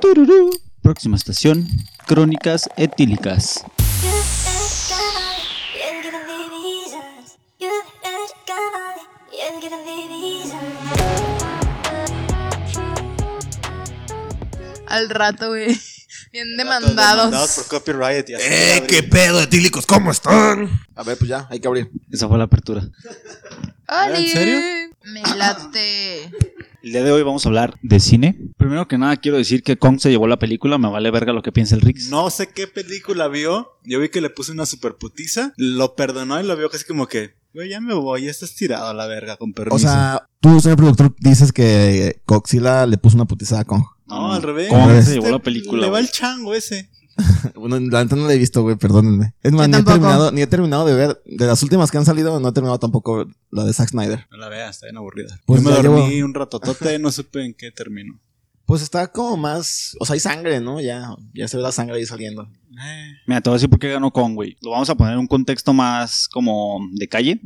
Tururú. Próxima estación, Crónicas Etílicas. Al rato, güey. Bien demandados. por copyright y así. ¡Eh, abrir. qué pedo, etílicos! ¿Cómo están? A ver, pues ya, hay que abrir. Esa fue la apertura. ¡Oli! ¿En serio? Me late. El día de hoy vamos a hablar de cine. Primero que nada, quiero decir que Kong se llevó la película. Me vale verga lo que piensa el Rix. No sé qué película vio. Yo vi que le puse una superputiza. Lo perdonó y lo vio casi como que. Güey, ya me voy, ya estás tirado a la verga, con permiso. O sea, tú, señor productor, dices que Coxila le puso una putizada a Kong. no, al revés. Kong Este se llevó la película. Le va güey. el chango ese. Bueno, la neta no la he visto, güey, perdónenme. Es Yo más, ni he, tampoco. terminado, ni he terminado de ver. De las últimas que han salido, no he terminado tampoco la de Zack Snyder. No la veas, está bien aburrida. Pues Yo me ya dormí un ratotote, no supe en qué terminó. Pues está como más. O sea, hay sangre, ¿no? Ya, ya se ve la sangre ahí saliendo. Eh, Mira, te voy a decir por qué ganó Kong, güey. Lo vamos a poner en un contexto más como de calle.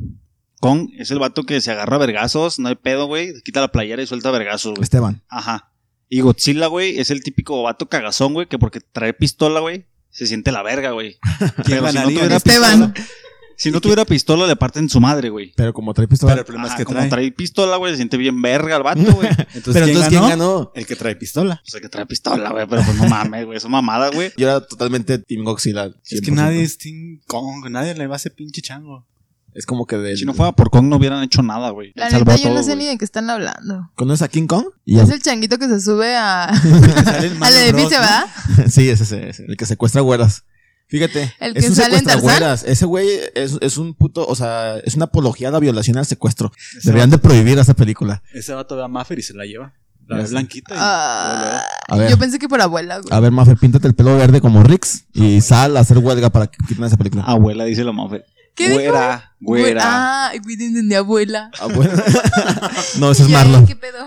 Kong es el vato que se agarra a vergazos, no hay pedo, güey. Se quita la playera y suelta vergazos, Este. güey. Esteban. Ajá. Y Godzilla, güey, es el típico vato cagazón, güey, que porque trae pistola, güey, se siente la verga, güey. ¿Quién Pero si no ganaría? tuviera Esteban. Si no tuviera pistola, le parten su madre, güey. Pero como trae pistola. Pero el Pero, problema Ajá, es que como trae. trae pistola, güey, se siente bien verga el vato, güey. Entonces, entonces, ¿quién ganó? El que trae pistola. O sea, que trae pistola, güey, pero pues no mames, güey, eso mamada, güey. Yo era totalmente Team Coxila. Es que nadie es Team Kong, nadie le va a ese pinche chango. Es como que del. Si no fuera por Kong, no hubieran hecho nada, güey. La Salvó neta, a yo no todo, sé güey. ni de qué están hablando. ¿Conoces a King Kong? Es el changuito que se sube a, al Que sale el Mario Bros, edificio, ¿no? ¿verdad? Sí, ese, ese, ese, el que secuestra güeras. Fíjate. El es que un sale en secuestra Tarzán. güeras. Ese güey es, es un puto, o sea, es una apología a la violación al secuestro. Ese Deberían de prohibir esa película. Ese vato ve a Maffer y se la lleva. La Ya ve sé. blanquita y Ah, A ver. yo pensé que por abuela, güey. A ver, Maffer, píntate el pelo verde como Rix y sal a hacer huelga para que quiten esa película. Abuela, dice la mafe. ¿Qué dijo? güera, güera. Ah, y entendí abuela. Ah, bueno. no, ese es Y yo, Marlon. ¿Qué pedo?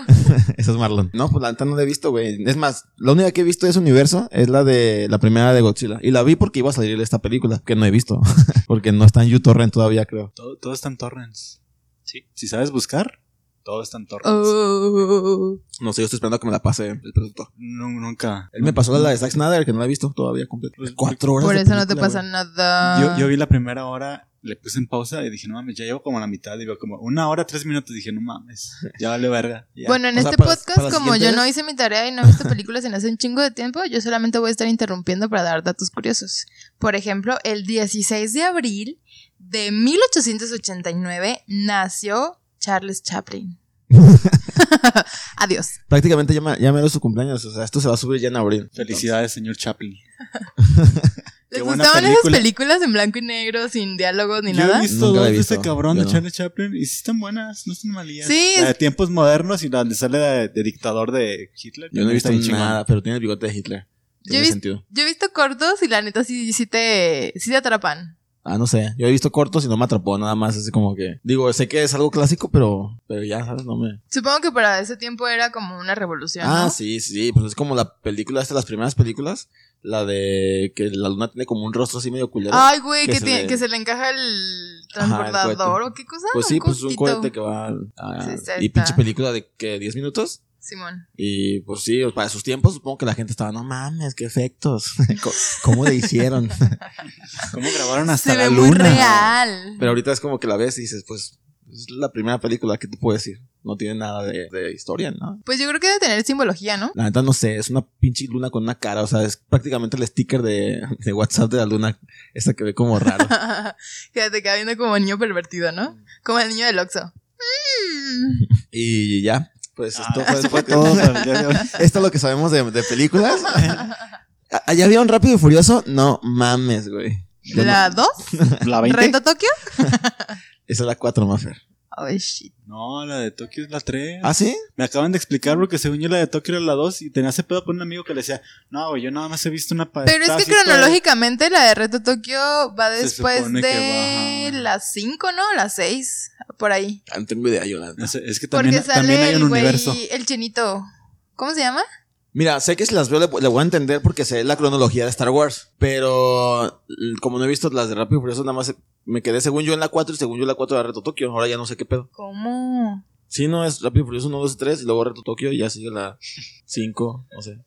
Ese es Marlon. No, pues la neta no la he visto, güey. Es más, la única que he visto de ese universo es la de la primera de Godzilla. Y la vi porque iba a salir esta película, que no he visto. porque no está en uTorrent todavía, creo. todo, todo está en torrents. Sí. Si sabes buscar, todo está en torrents. Oh. No sé, yo estoy esperando a que me la pase el productor. Nu- nunca. Él me pasó la de Zack Snyder, que no la he visto todavía completa. Pues, Cuatro horas. Por de eso no te película, pasa güey. nada. Ah. Yo, yo vi la primera hora, le puse en pausa y dije, no mames, ya llevo como a la mitad. Digo, como una hora, tres minutos. Dije, no mames, ya vale verga. ya. Bueno, en O sea, este para- podcast, para la como yo siguiente no vez. hice mi tarea y no he visto películas en hace un chingo de tiempo, yo solamente voy a estar interrumpiendo para dar datos curiosos. Por ejemplo, el 16 de abril de 1889 nació Charles Chaplin. Adiós. Prácticamente ya me, ya me dio su cumpleaños. O sea, esto se va a subir ya en abril. Felicidades, señor Chaplin. Qué ¿Les buena gustaban esas película. películas en blanco y negro, sin diálogos ni Yo nada? he visto Nunca la dos he de visto, este cabrón yo de no. Charlie Chaplin y sí están buenas, no están malías. Sí, La de es- tiempos modernos y la donde sale de, de dictador de Hitler. Yo no he Está visto bien chingona. nada, pero tiene el bigote de Hitler. Yo he Tiene vis- sentido. Yo he visto cortos y la neta sí, sí, te, sí te atrapan. Ah, no sé. Yo he visto cortos y no me atrapó nada más. Así como que. Digo, sé que es algo clásico, pero. Pero ya, ¿sabes? No me. Supongo que para ese tiempo era como una revolución. Ah, ¿no? sí, sí. Pues es como la película, esta, las primeras películas. La de que la luna tiene como un rostro así medio culero. Ay, güey, que que, se tiene- le- que se le encaja el Ajá, el transbordador cohete. o qué cosa. pues sí, pues es un cohetito. cohete que va. al- a- Sí, está, y está. pinche película de que 10 minutos. Simón. Y pues sí, para sus tiempos supongo que la gente estaba, no mames, qué efectos. Co- ¿Cómo le hicieron? ¿Cómo grabaron hasta Se la ve luna? muy real. Pero ahorita es como que la ves y dices, pues es la primera película, ¿qué te puedo decir? No tiene nada de, de historia, ¿no? Pues yo creo que debe tener simbología, ¿no? La neta no sé, es una pinche luna con una cara, o sea, es prácticamente el sticker de, de WhatsApp de la luna, esa que ve como raro. que te queda viendo como niño pervertido, ¿no? Como el niño del Oxxo. Mm. Y ya, pues Ah, esto eso fue, fue todo. todo para el día de hoy. Esto es lo que sabemos de, de películas. ¿Ah, ¿Ya había un Rápido y Furioso? No mames, güey. Yo no- ¿La 2? La 20. ¿Reto Tokio? esa es la 4, Maffer. Oh, shit. No, la de Tokio es la 3. ¿Ah, sí? Me acaban de explicar porque según yo la de Tokio era la 2 y tenía ese pedo con un amigo que le decía, no, güey, yo nada más he visto una pa- Pero es que pedacito de- cronológicamente la de Reto Tokio va Se después supone que de va, ajá. las 5, ¿no? Las 6, por ahí. Ah, No tengo idea, Yolanda. No sé, Es, que Porque también, sale también hay un el güey, universo. el chinito. ¿Cómo se llama? Mira, sé que si las veo le, le voy a entender porque sé la cronología de Star Wars. Pero l- como no he visto las de Rápido y Furioso, nada más me quedé según yo en la 4 y según yo en la 4 de Reto Tokio. Ahora ya no sé qué pedo. ¿Cómo? Si no es Rápido y Furioso 1, 2 y 3 y luego Reto Tokio y ya sigue la 5, no sé.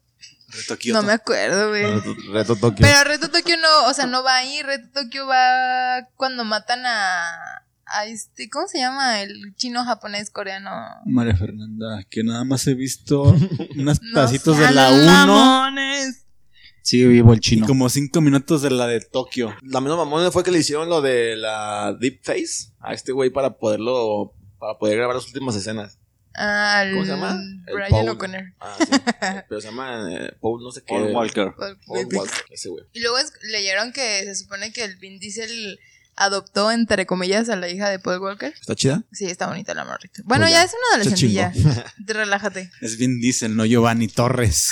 Reto Kioto. No me acuerdo, Ah, güey. Reto, reto Tokio. Eh. Pero Reto Tokio no, o sea, no va ahí. Reto Tokio va cuando matan a. a este, ¿Cómo se llama? El chino, japonés, coreano. María Fernanda, que nada más he visto unas No tacitos de sean la 1 mamones. Sigue vivo el y chino. como cinco minutos de la de Tokio. La misma mamona fue que le hicieron lo de la deep face a este güey para poderlo para poder grabar las últimas escenas. Al ¿Cómo se llama? El Brian Paul. O'Connor. Ah, sí. Pero se llama eh, Paul no sé qué. Paul Walker. Paul- Paul Walker, ese güey. Y luego es- leyeron que se supone que el Vin Diesel adoptó, entre comillas, a la hija de Paul Walker. ¿Está chida? Sí, está bonita la morrita. Bueno, Pues ya. ya, es una se adolescentilla. Te Relájate. Es bien dicen, no Giovanni Torres.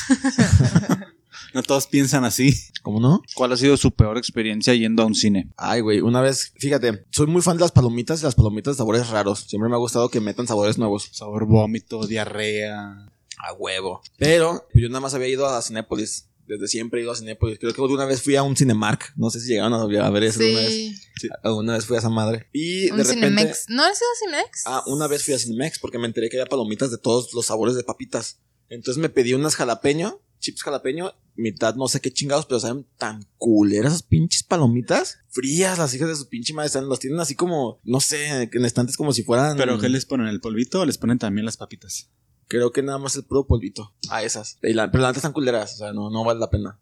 no todos piensan así. ¿Cómo no? ¿Cuál ha sido su peor experiencia yendo a un cine? Ay, güey, una vez, fíjate, soy muy fan de las palomitas y las palomitas de sabores raros. Siempre me ha gustado que metan sabores nuevos. Sabor vómito, diarrea. A huevo. Pero yo nada más había ido a Cinépolis. Desde siempre he ido a Cinépolis. Creo que una vez fui a un Cinemark. No sé si llegaron a, a ver eso alguna vez. Sí. Alguna vez fui a esa madre. Y Un de repente. Cinemex. ¿No has sido Cinemex? Ah, una vez fui a Cinemex porque me enteré que había palomitas de todos los sabores de papitas. Entonces me pedí unas jalapeño, chips jalapeño, mitad no sé qué chingados, pero saben tan culeras esas pinches palomitas. Frías, las hijas de su pinche madre están, las tienen así como, no sé, en estantes como si fueran. ¿Pero qué les ponen? ¿El polvito o les ponen también las papitas? Creo que nada más el puro polvito. A esas. Y la- pero las están culeras, o sea, no, no vale la pena.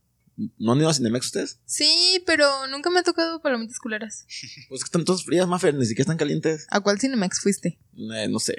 ¿No han ido a Cinemex ustedes? Sí, pero nunca me ha tocado palomitas culeras. Pues que están todas frías, Mafer, ni siquiera están calientes. ¿A cuál Cinemex fuiste? Eh, no sé.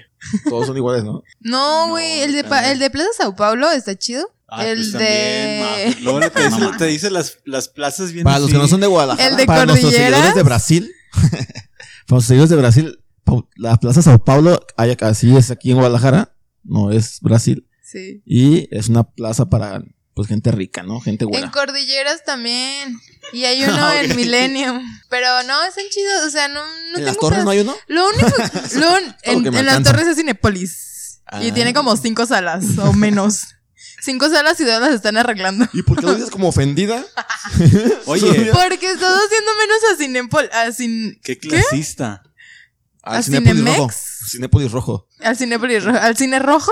Todos son iguales, ¿no? No, No, güey. el, de no. Pa- el de Plaza Sao Paulo está chido. Ah, el pues de. también, ma. Luego le- te dice, te dice las, las plazas bien Para los que así. no son de Guadalajara, El de para nuestros cordilleras. seguidores de Brasil, para los seguidores de Brasil, Pau- la Plaza Sao Paulo, hay acá- así es aquí en Guadalajara, no es Brasil, Sí. y es una plaza para pues gente rica, ¿no? Gente En buena. Cordilleras también. Y hay uno en Millennium. Pero no, están chidos. O sea, no, no Ah, ¿En las tengo torres pedos. no hay uno? Lo único. lo un- en que me en las alcanza. torres es Cinepolis. Y Ah. tiene como cinco salas o menos. cinco salas y todas las están arreglando. ¿Y por qué lo dices como ofendida? Oye, Porque estás haciendo menos a Cinepol. A Cin- qué clasista. Al ¿A Cinépolis Cinemex? Rojo. Cinépolis Rojo. al, Cinépolis ro- al cine rojo.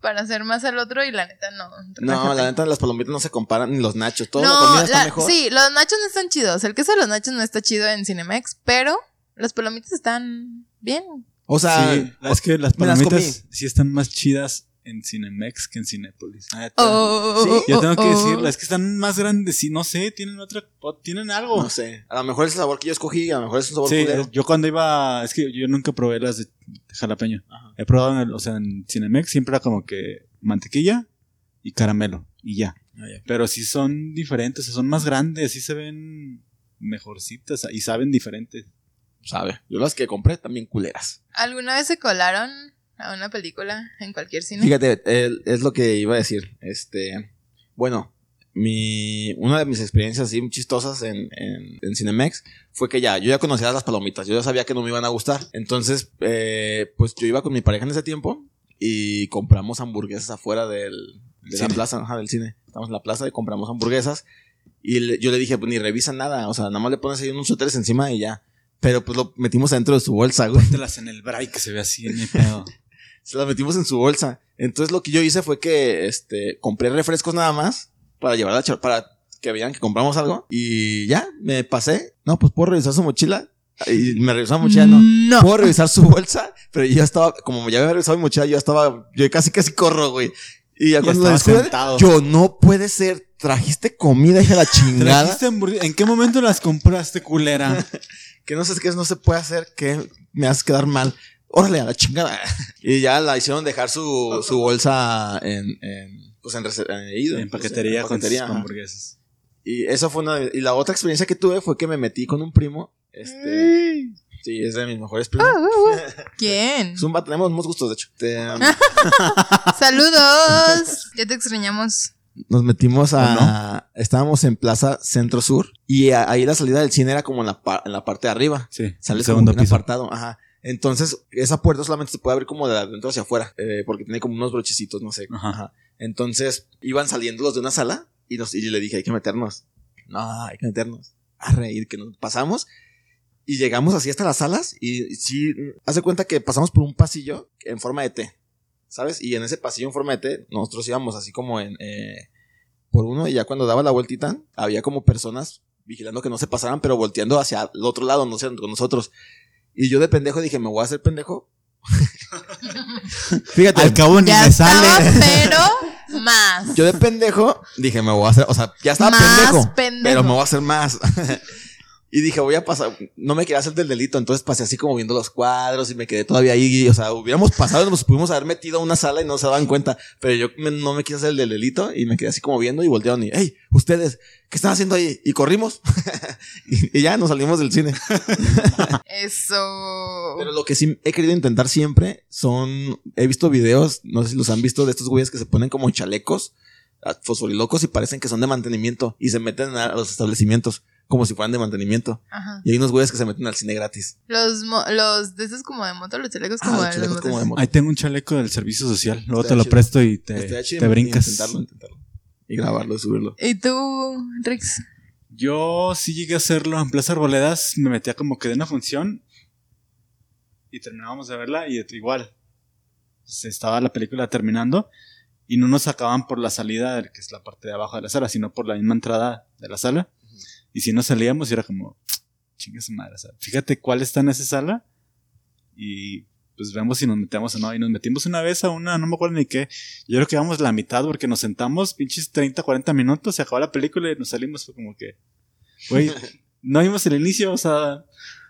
Para hacer más al otro y la neta no. No, la neta, las palomitas no se comparan ni los nachos. Toda la No, comida está la- mejor. sí, los nachos no están chidos. El queso de los nachos no está chido en Cinemex, pero las palomitas están bien. Ah, O sea, sí, es que las me las comí. palomitas sí están más chidas en Cinemex que en Cinépolis. Ah, ya te- Oh, oh, Yo tengo oh, que oh. decirlo, es que están más grandes, sí, no sé, tienen otra, o tienen algo. no sé. A lo mejor es el sabor que yo escogí, a lo mejor es un sabor Sí, culero. es- yo cuando iba, es que yo nunca probé las de jalapeño. Ajá. He probado, en el- o sea, en Cinemex siempre era como que mantequilla y caramelo y ya. Ah, ya. Pero sí son diferentes, o sea, son más grandes, sí se ven mejorcitas y saben diferentes. Sabe. Yo las que compré también culeras. ¿Alguna vez se colaron a una película en cualquier cine? Fíjate, el- es lo que iba a decir. Este, bueno, mi, una de mis experiencias así chistosas en, en- en Cinemex fue que ya, yo ya conocía las palomitas, yo ya sabía que no me iban a gustar. Entonces, eh, pues yo iba con mi pareja en ese tiempo y compramos hamburguesas afuera del, de la Cine. plaza, ajá, del cine. Estamos en la plaza y compramos hamburguesas. Y le- yo le dije, pues ni revisa nada, o sea, nada más le pones ahí unos suéteres encima y ya. Pero pues lo metimos dentro de su bolsa, güey. Póntelas en el bra y que se ve así en el pedo. Se las metimos en su bolsa. Entonces lo que yo hice fue que este, compré refrescos nada más para llevar a la chava- para que vean que compramos algo. Y ya, me pasé. No, pues puedo revisar su mochila. Y me revisó la mochila, Mm. no. Puedo revisar su bolsa, pero yo ya estaba, como ya había revisado mi mochila, yo ya estaba, yo casi casi corro, güey. Y ya Ya cuando la estaba descubrí, sentado. yo no puede ser, trajiste comida, hija de la chingada. ¿Trajiste hamburguesas? ¿En qué momento las compraste, culera? que no sé qué es, no se puede hacer, que me hace quedar mal. Órale, a la chingada. Y ya la hicieron dejar su, su bolsa en, en, pues en, rece- en, ahí, en pues, paquetería en con sus paquetería, ajá. hamburguesas. Y esa fue una de- y la otra experiencia que tuve fue que me metí con un primo, este, sí, es de mis mejores primos. Ah, uh, uh. ¿Quién? Zumba, tenemos muchos gustos, de hecho. Te- um, Saludos. Ya te extrañamos. nos metimos a, estábamos en Plaza Centro Sur y a- ahí la salida del cine era como en la, pa- en la parte de arriba. Sí, Sales como segundo bien piso. apartado, ajá. Entonces, esa puerta solamente se puede abrir como de adentro hacia afuera, eh, porque tiene como unos brochecitos, no sé. Ajá. Ajá. Entonces, iban saliendo los de una sala y, los, y le dije, hay que meternos. No, hay que meternos. A reír, que nos pasamos. Y llegamos así hasta las salas y, y sí, hace cuenta que pasamos por un pasillo en forma de T. ¿sabes? Y en ese pasillo en forma de T, nosotros íbamos así como en, eh, por uno y ya cuando daba la vueltita, había como personas vigilando que no se pasaran, pero volteando hacia el otro lado, no sé, con nosotros. Y yo de pendejo dije, me voy a hacer pendejo. Fíjate, Al cabo ni Ya me sale. estaba, pero más. yo de pendejo dije, me voy a hacer, o sea, ya estaba Más pendejo, pendejo. pero me voy a hacer más. y dije, voy a pasar, no me quería hacer del delito, entonces pasé así como viendo los cuadros y me quedé todavía ahí, y, o sea, hubiéramos pasado, nos pudimos haber metido a una sala y no se daban cuenta, pero yo me- no me quise hacer el del delito y me quedé así como viendo y voltearon y, hey, ustedes, ¿qué están haciendo ahí? Y corrimos y, y ya nos salimos del cine. Eso. Pero lo que sí he querido intentar siempre son. He visto videos, no sé si los han visto, de estos güeyes que se ponen como chalecos, ah, fosforilocos, y parecen que son de mantenimiento y se meten a los establecimientos como si fueran de mantenimiento. Ajá. Y hay unos güeyes que se meten al cine gratis. Los, mo- los de esos como de moto, los chalecos Ah, como los de chalecos los como de motos. moto. Ahí tengo un chaleco del servicio social. Luego Está te lo chido. presto y Estaría te, chido te brincas. Intentarlo, intentarlo. Y grabarlo y subirlo. ¿Y tú, Rix? Yo sí llegué a hacerlo en Plaza Arboledas, me metía como que de una función y terminábamos de verla y igual se estaba la película terminando y no nos sacaban por la salida, que es la parte de abajo de la sala, sino por la misma entrada de la sala. Y si no salíamos y era como, chingue su madre, o sea, fíjate cuál está en esa sala y pues vemos si nos metemos o no. Y nos metimos una vez a una, no me acuerdo ni qué, yo creo que íbamos la mitad porque nos sentamos, pinches 30, 40 minutos, se acabó la película y nos salimos. Fue como que, güey, no vimos el inicio, o sea,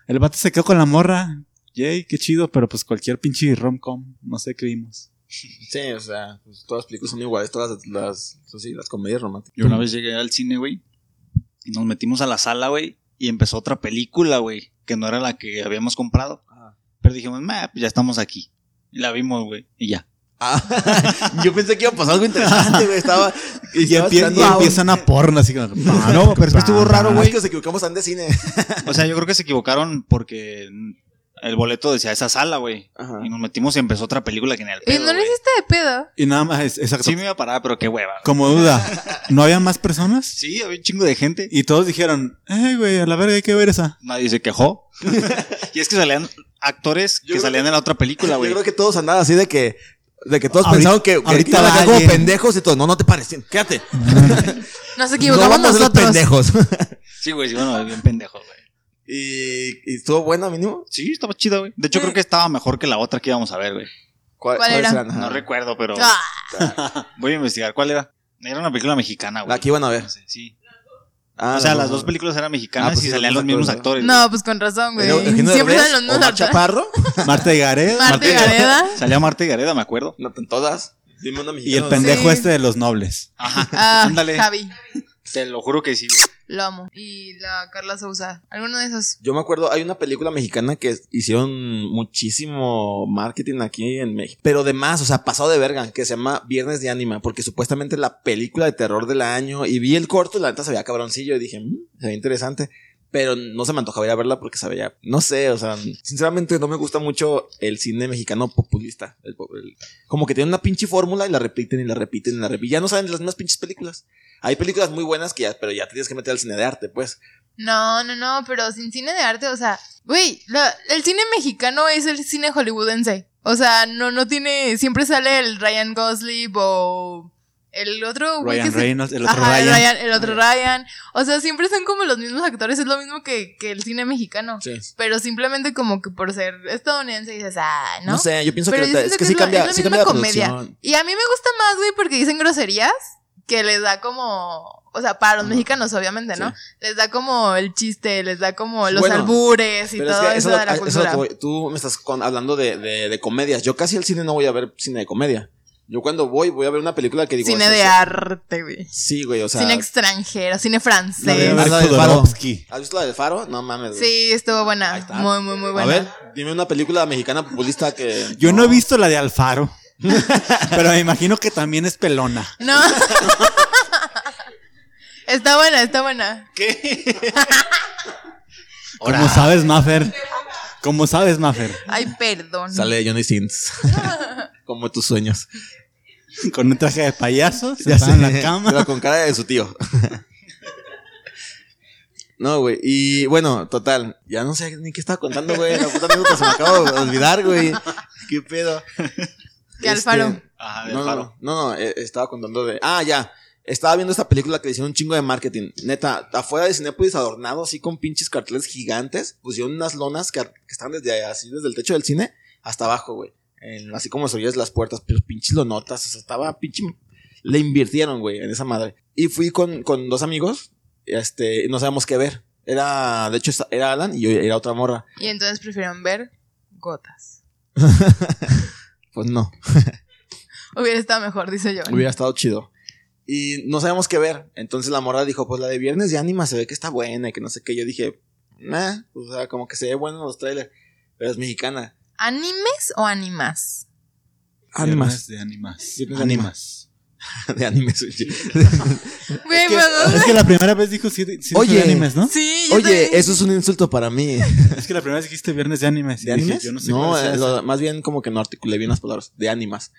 el vato se quedó con la morra. Yay, qué chido, pero pues cualquier pinche rom-com, no sé qué vimos. Sí, o sea, pues, todas las películas son iguales, todas las, las, sí, las comedias románticas. Yo una vez llegué al cine, güey, y nos metimos a la sala, güey, y empezó otra película, güey, que no era la que habíamos comprado. Ajá. Pero dijimos, "Meh, pues ya estamos aquí. Y la vimos, güey, y ya. Ah, yo pensé que iba a pasar algo interesante, güey. Estaba. Y, estaba empie- esperando y a un- empiezan a porno así como. Ah, no, pero es que estuvo raro, güey. Es que nos equivocamos antes de cine. O sea, yo creo que se equivocaron porque el boleto decía esa sala, güey. Ajá. Y nos metimos y empezó otra película que ni al ¿Y pedo, Eh, no lo güey. hiciste de pedo? Y nada más, es- exacto. Sí me iba a parar, pero qué hueva. Como duda, ¿no había más personas? Sí, había un chingo de gente. Y todos dijeron, eh, güey, a la verga hay que ver esa. Nadie se quejó. y es que salían actores Yo que creo salían que- de la otra película, Yo güey. creo que todos andaban así de que. De que todos Ahorita- pensaban Pues que, que ahorita estaban va acá como alguien. pendejos y todo. No, no te pares, quédate. Nos no equivocamos vamos a ser los nosotros. pendejos. Sí, güey, sí, bueno, bien pendejo, güey. y, y estuvo buena mínimo. Sí, estaba chida, güey. De hecho, Mm. creo que estaba mejor que la otra que íbamos a ver, güey. ¿Cuál, ¿Cuál cuáles era? eran? Ajá. No recuerdo, pero Ah, voy a investigar. ¿Cuál era? Era una película mexicana, güey. La que iban a ver. No sé, Sí. Ah, o sea, no, las no, dos no. películas eran mexicanas Ah, pues y sí, los salían dos los mismos actores, actores. no, pues con razón, güey. Era Eugenio Siempre Derbez, salen los mismos Omar actores. Chaparro. Marta y Gareda. Marta y Gareda. güey. Salía Marta y Gareda, me acuerdo. No, en todas. Dime una Y el mexicana, ¿no? pendejo Sí. este de los nobles. Ah, Ándale. Javi, Te lo juro que sí, güey. lo amo. Y la Carla Sousa. Alguno de esos. Yo me acuerdo, hay una película mexicana que hicieron muchísimo marketing aquí en México. Pero de más, o sea, pasado de verga, que se llama Viernes de Ánima, porque supuestamente la película de terror del año. Y vi el corto y la neta se veía cabroncillo y dije, "Mm, se ve interesante. Pero no se me antojaba ir a verla porque se veía, no sé, o sea, sinceramente no me gusta mucho el cine mexicano populista. El po- el- como que tiene una pinche fórmula y la repiten y la repiten y la repiten. Ya no saben las mismas pinches películas. Hay películas muy buenas que ya, pero ya te tienes que meter al cine de arte, pues. No, no, no, pero sin cine de arte, o sea, güey, la- el cine mexicano es el cine hollywoodense. O sea, no, no tiene. Siempre sale el Ryan Gosling o el otro güey que Ryan se- Reynolds, el otro Ajá, el Ryan. El otro Ryan. O sea, siempre son como los mismos actores, es lo mismo que, que el cine mexicano. Sí. Pero simplemente como que por ser estadounidense dices, ah, ¿no? No sé, yo pienso Pero que, yo siento ahorita- que es que es sí la- cambia, es la sí misma cambia la comedia. producción. Y a mí me gusta más, güey, porque dicen groserías que les da como. O sea, para los Ajá. mexicanos, obviamente, ¿no? Sí. Les da como el chiste, les da como los Bueno, albures y Pero es todo que eso eso, de la eso es lo cultura. que voy. Tú me estás con- hablando de, de, de comedias. Yo casi al cine no voy a ver cine de comedia. Yo cuando voy, voy a ver una película que digo. cine "Eso de sí". arte, güey. Sí, güey, o sea. cine extranjero, cine francés. La de- Mark Hazla del faro. Jodorowsky. ¿Has visto la del faro? No mames. güey. Sí, estuvo Ahí buena. está. Muy, muy, muy buena. A ver, dime una película mexicana populista que. Yo no he visto la de Alfaro. pero me imagino que también es pelona. No. está buena, está buena. Como sabes, Maffer. Como sabes, Maffer. Ay, perdón. Sale Johnny Sins. Como tus sueños. Con un traje de payaso, Ya sentado en sé, la cama. Pero con cara de su tío. No, güey. Y bueno, total. Ya no sé ni qué estaba contando, güey. La puta anécdota se me acabo de olvidar, güey. ¿Qué pedo? Que Alfaro. Ajá, No, no, Alfaro. no, no, no, eh, estaba contando de. Ah, ya. Estaba viendo esta película que le hicieron un chingo de marketing. Neta, afuera de Cinépolis adornado así con pinches carteles gigantes, pusieron unas lonas que, que están desde así, desde el techo del cine hasta abajo, güey. En- así como las orillas de las puertas, pero pinches lonotas, o sea, estaba pinche. Le invirtieron, güey, en esa madre. Y fui con, con dos amigos, este, y no sabíamos qué ver. Era, de hecho, esta- era Alan y yo era otra morra. Y entonces prefirieron ver gotas. Pues no. Hubiera estado mejor, dice yo. Hubiera estado chido. Y no sabemos qué ver. Entonces la morra dijo, pues la de viernes de ánima se ve que está buena y que no sé qué. Yo dije, nah, o sea, como que se ve bueno en los trailers. Pero es mexicana. ¿Animes o animas? Animas. De animas. Viernes de Animas. de anime. soy yo. Güey, que- pero- Es que la primera vez dijo sí, sí Oye. de animes, ¿no? Sí, yo Oye, también- eso es un insulto para mí. Es que la primera vez dijiste viernes de animes. y ¿De dije, animes? yo no no, sé cuál sea eh, esa. lo- más bien como que no articulé bien las palabras. De animas.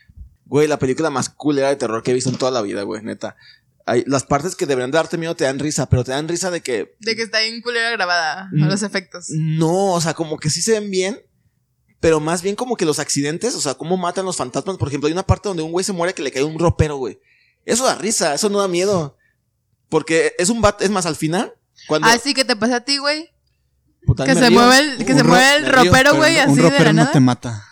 Güey, la película más culera de terror que he visto en toda la vida, güey, neta. Hay- las partes que deberían darte miedo te dan risa, pero te dan risa de que De que está bien culera grabada, Mm. los efectos. No, o sea, como que sí se ven bien, pero más bien como que los accidentes, o sea, cómo matan los fantasmas. Por ejemplo, hay una parte donde un güey se muere que le cae un ropero, güey. Eso da risa, eso no da miedo. Porque es un bat, es más, al final, cuando. Así Ah, que te pasa a ti, güey. Puta, Que me se río. mueve el, que Un se ro- mueve el me río, ropero, pero güey, no- así de la no te nada. mata.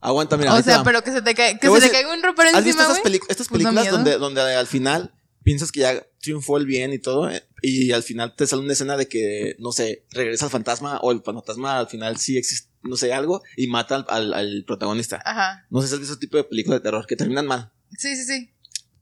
Aguanta, mira. O ahí te sea, va. pero que se te cae, que Te voy se a te decir- caiga un ropero ¿Has encima, visto estas, güey. peli- estas Pues da películas miedo. donde, donde al final piensas que ya triunfó el bien y todo? eh, Y al final te sale una escena de que, no sé, regresa el fantasma o el fantasma al final sí existe, no sé, algo y mata al- al- al protagonista. Ajá. No sé si es ese tipo de películas de terror que terminan mal. Sí, sí, sí.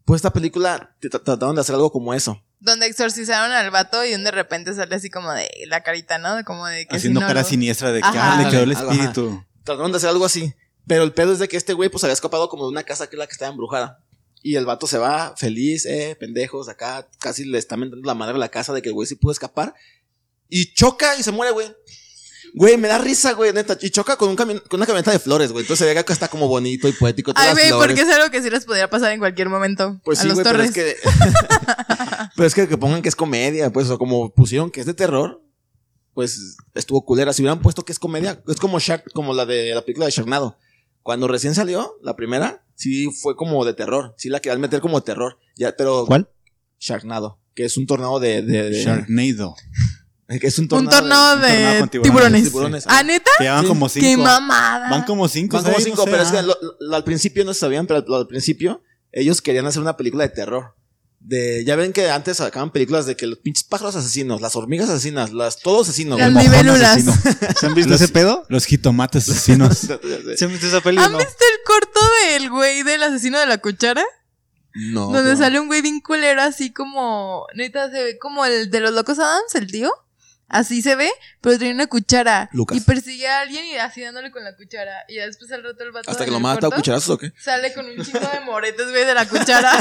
Pues esta película te tra- trataron de hacer algo como eso. Donde exorcizaron al vato y un de repente sale así como de la carita, ¿no? De Como de que Haciendo si no, cara lo- siniestra de que Ajá. ah, le quedó el Ajá. espíritu. Trataron de hacer algo así. Pero el pedo es de que este güey pues había escapado como de una casa que es la que estaba embrujada. Y el vato se va feliz, eh, pendejos, acá casi le está mentando la madre a la casa de que el güey sí pudo escapar. Y choca y se muere, güey. Güey, me da risa, güey, neta. Y choca con, un cami- con una camioneta de flores, güey. Entonces se ve que está como bonito y poético. todas Ay, las güey, flores. porque es algo que sí les podría pasar en cualquier momento Pues a sí, los güey, pero torres. es que. pero es que, que pongan que es comedia, pues, o como pusieron que es de terror, pues estuvo culera. Si hubieran puesto que es comedia, es como Shark, como la de la película de Sharknado. Cuando recién salió, la primera, sí fue como de terror. Sí la querían meter como de terror. Ya, pero. ¿Cuál? Sharknado, que es un tornado de. de, de- Sharknado. Que es un un tornado. tornado de, tornado con tiburones. tiburones. Tiburones. Pues ¿Ah, neta? Que ya van Sí. como cinco. ¡Qué mamada! Van como cinco. Van como seis, no cinco, sé, pero es que ah. lo- lo- al principio no sabían, pero al, al principio ellos querían hacer una película de terror. De, ya ven que antes sacaban películas de que los pinches pájaros asesinos, las hormigas asesinas, las todo asesino. Las güey. libélulas. asesino. ¿Se han visto Los- ese pedo? Los jitomates asesinos. ¿Se han visto esa peli? ¿Han No. visto el corto del güey del asesino de la cuchara? No. Donde no. sale un güey bien culero así como... Neta, se ve como el de los locos Adams, el tío. Así se ve, pero tiene una cuchara. Lucas. Y persigue a alguien y así dándole con la cuchara. Y ya después al rato el vato Hasta que del lo mata a corto cucharazos o qué. Sale con un chingo de moretes, güey, de la cuchara.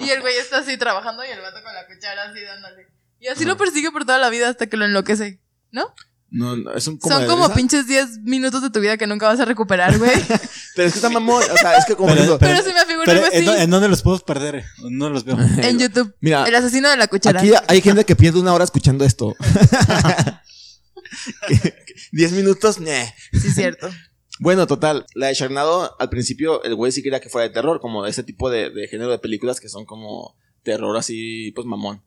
y el güey está así trabajando y el vato con la cuchara así dándole. Y así lo persigue por toda la vida hasta que lo enloquece. No, no, es un Son de como esa. pinches 10 minutos de tu vida que nunca vas a recuperar, güey. Pero es que está mamón. O sea, es que como. Pero- digo, Pero se me afigura Pero algo ¿en, así. dó- en dónde los puedo perder? No los veo. En YouTube. mira, El asesino de la cuchara. Ah. aquí hay gente que pierde una hora escuchando esto. Que- que- Diez minutos, ñe. Sí, cierto. Bueno, total, la de Sharknado, al principio el güey sí quería que fuera de terror, como de ese tipo de, de género de películas que son como terror así, pues mamón.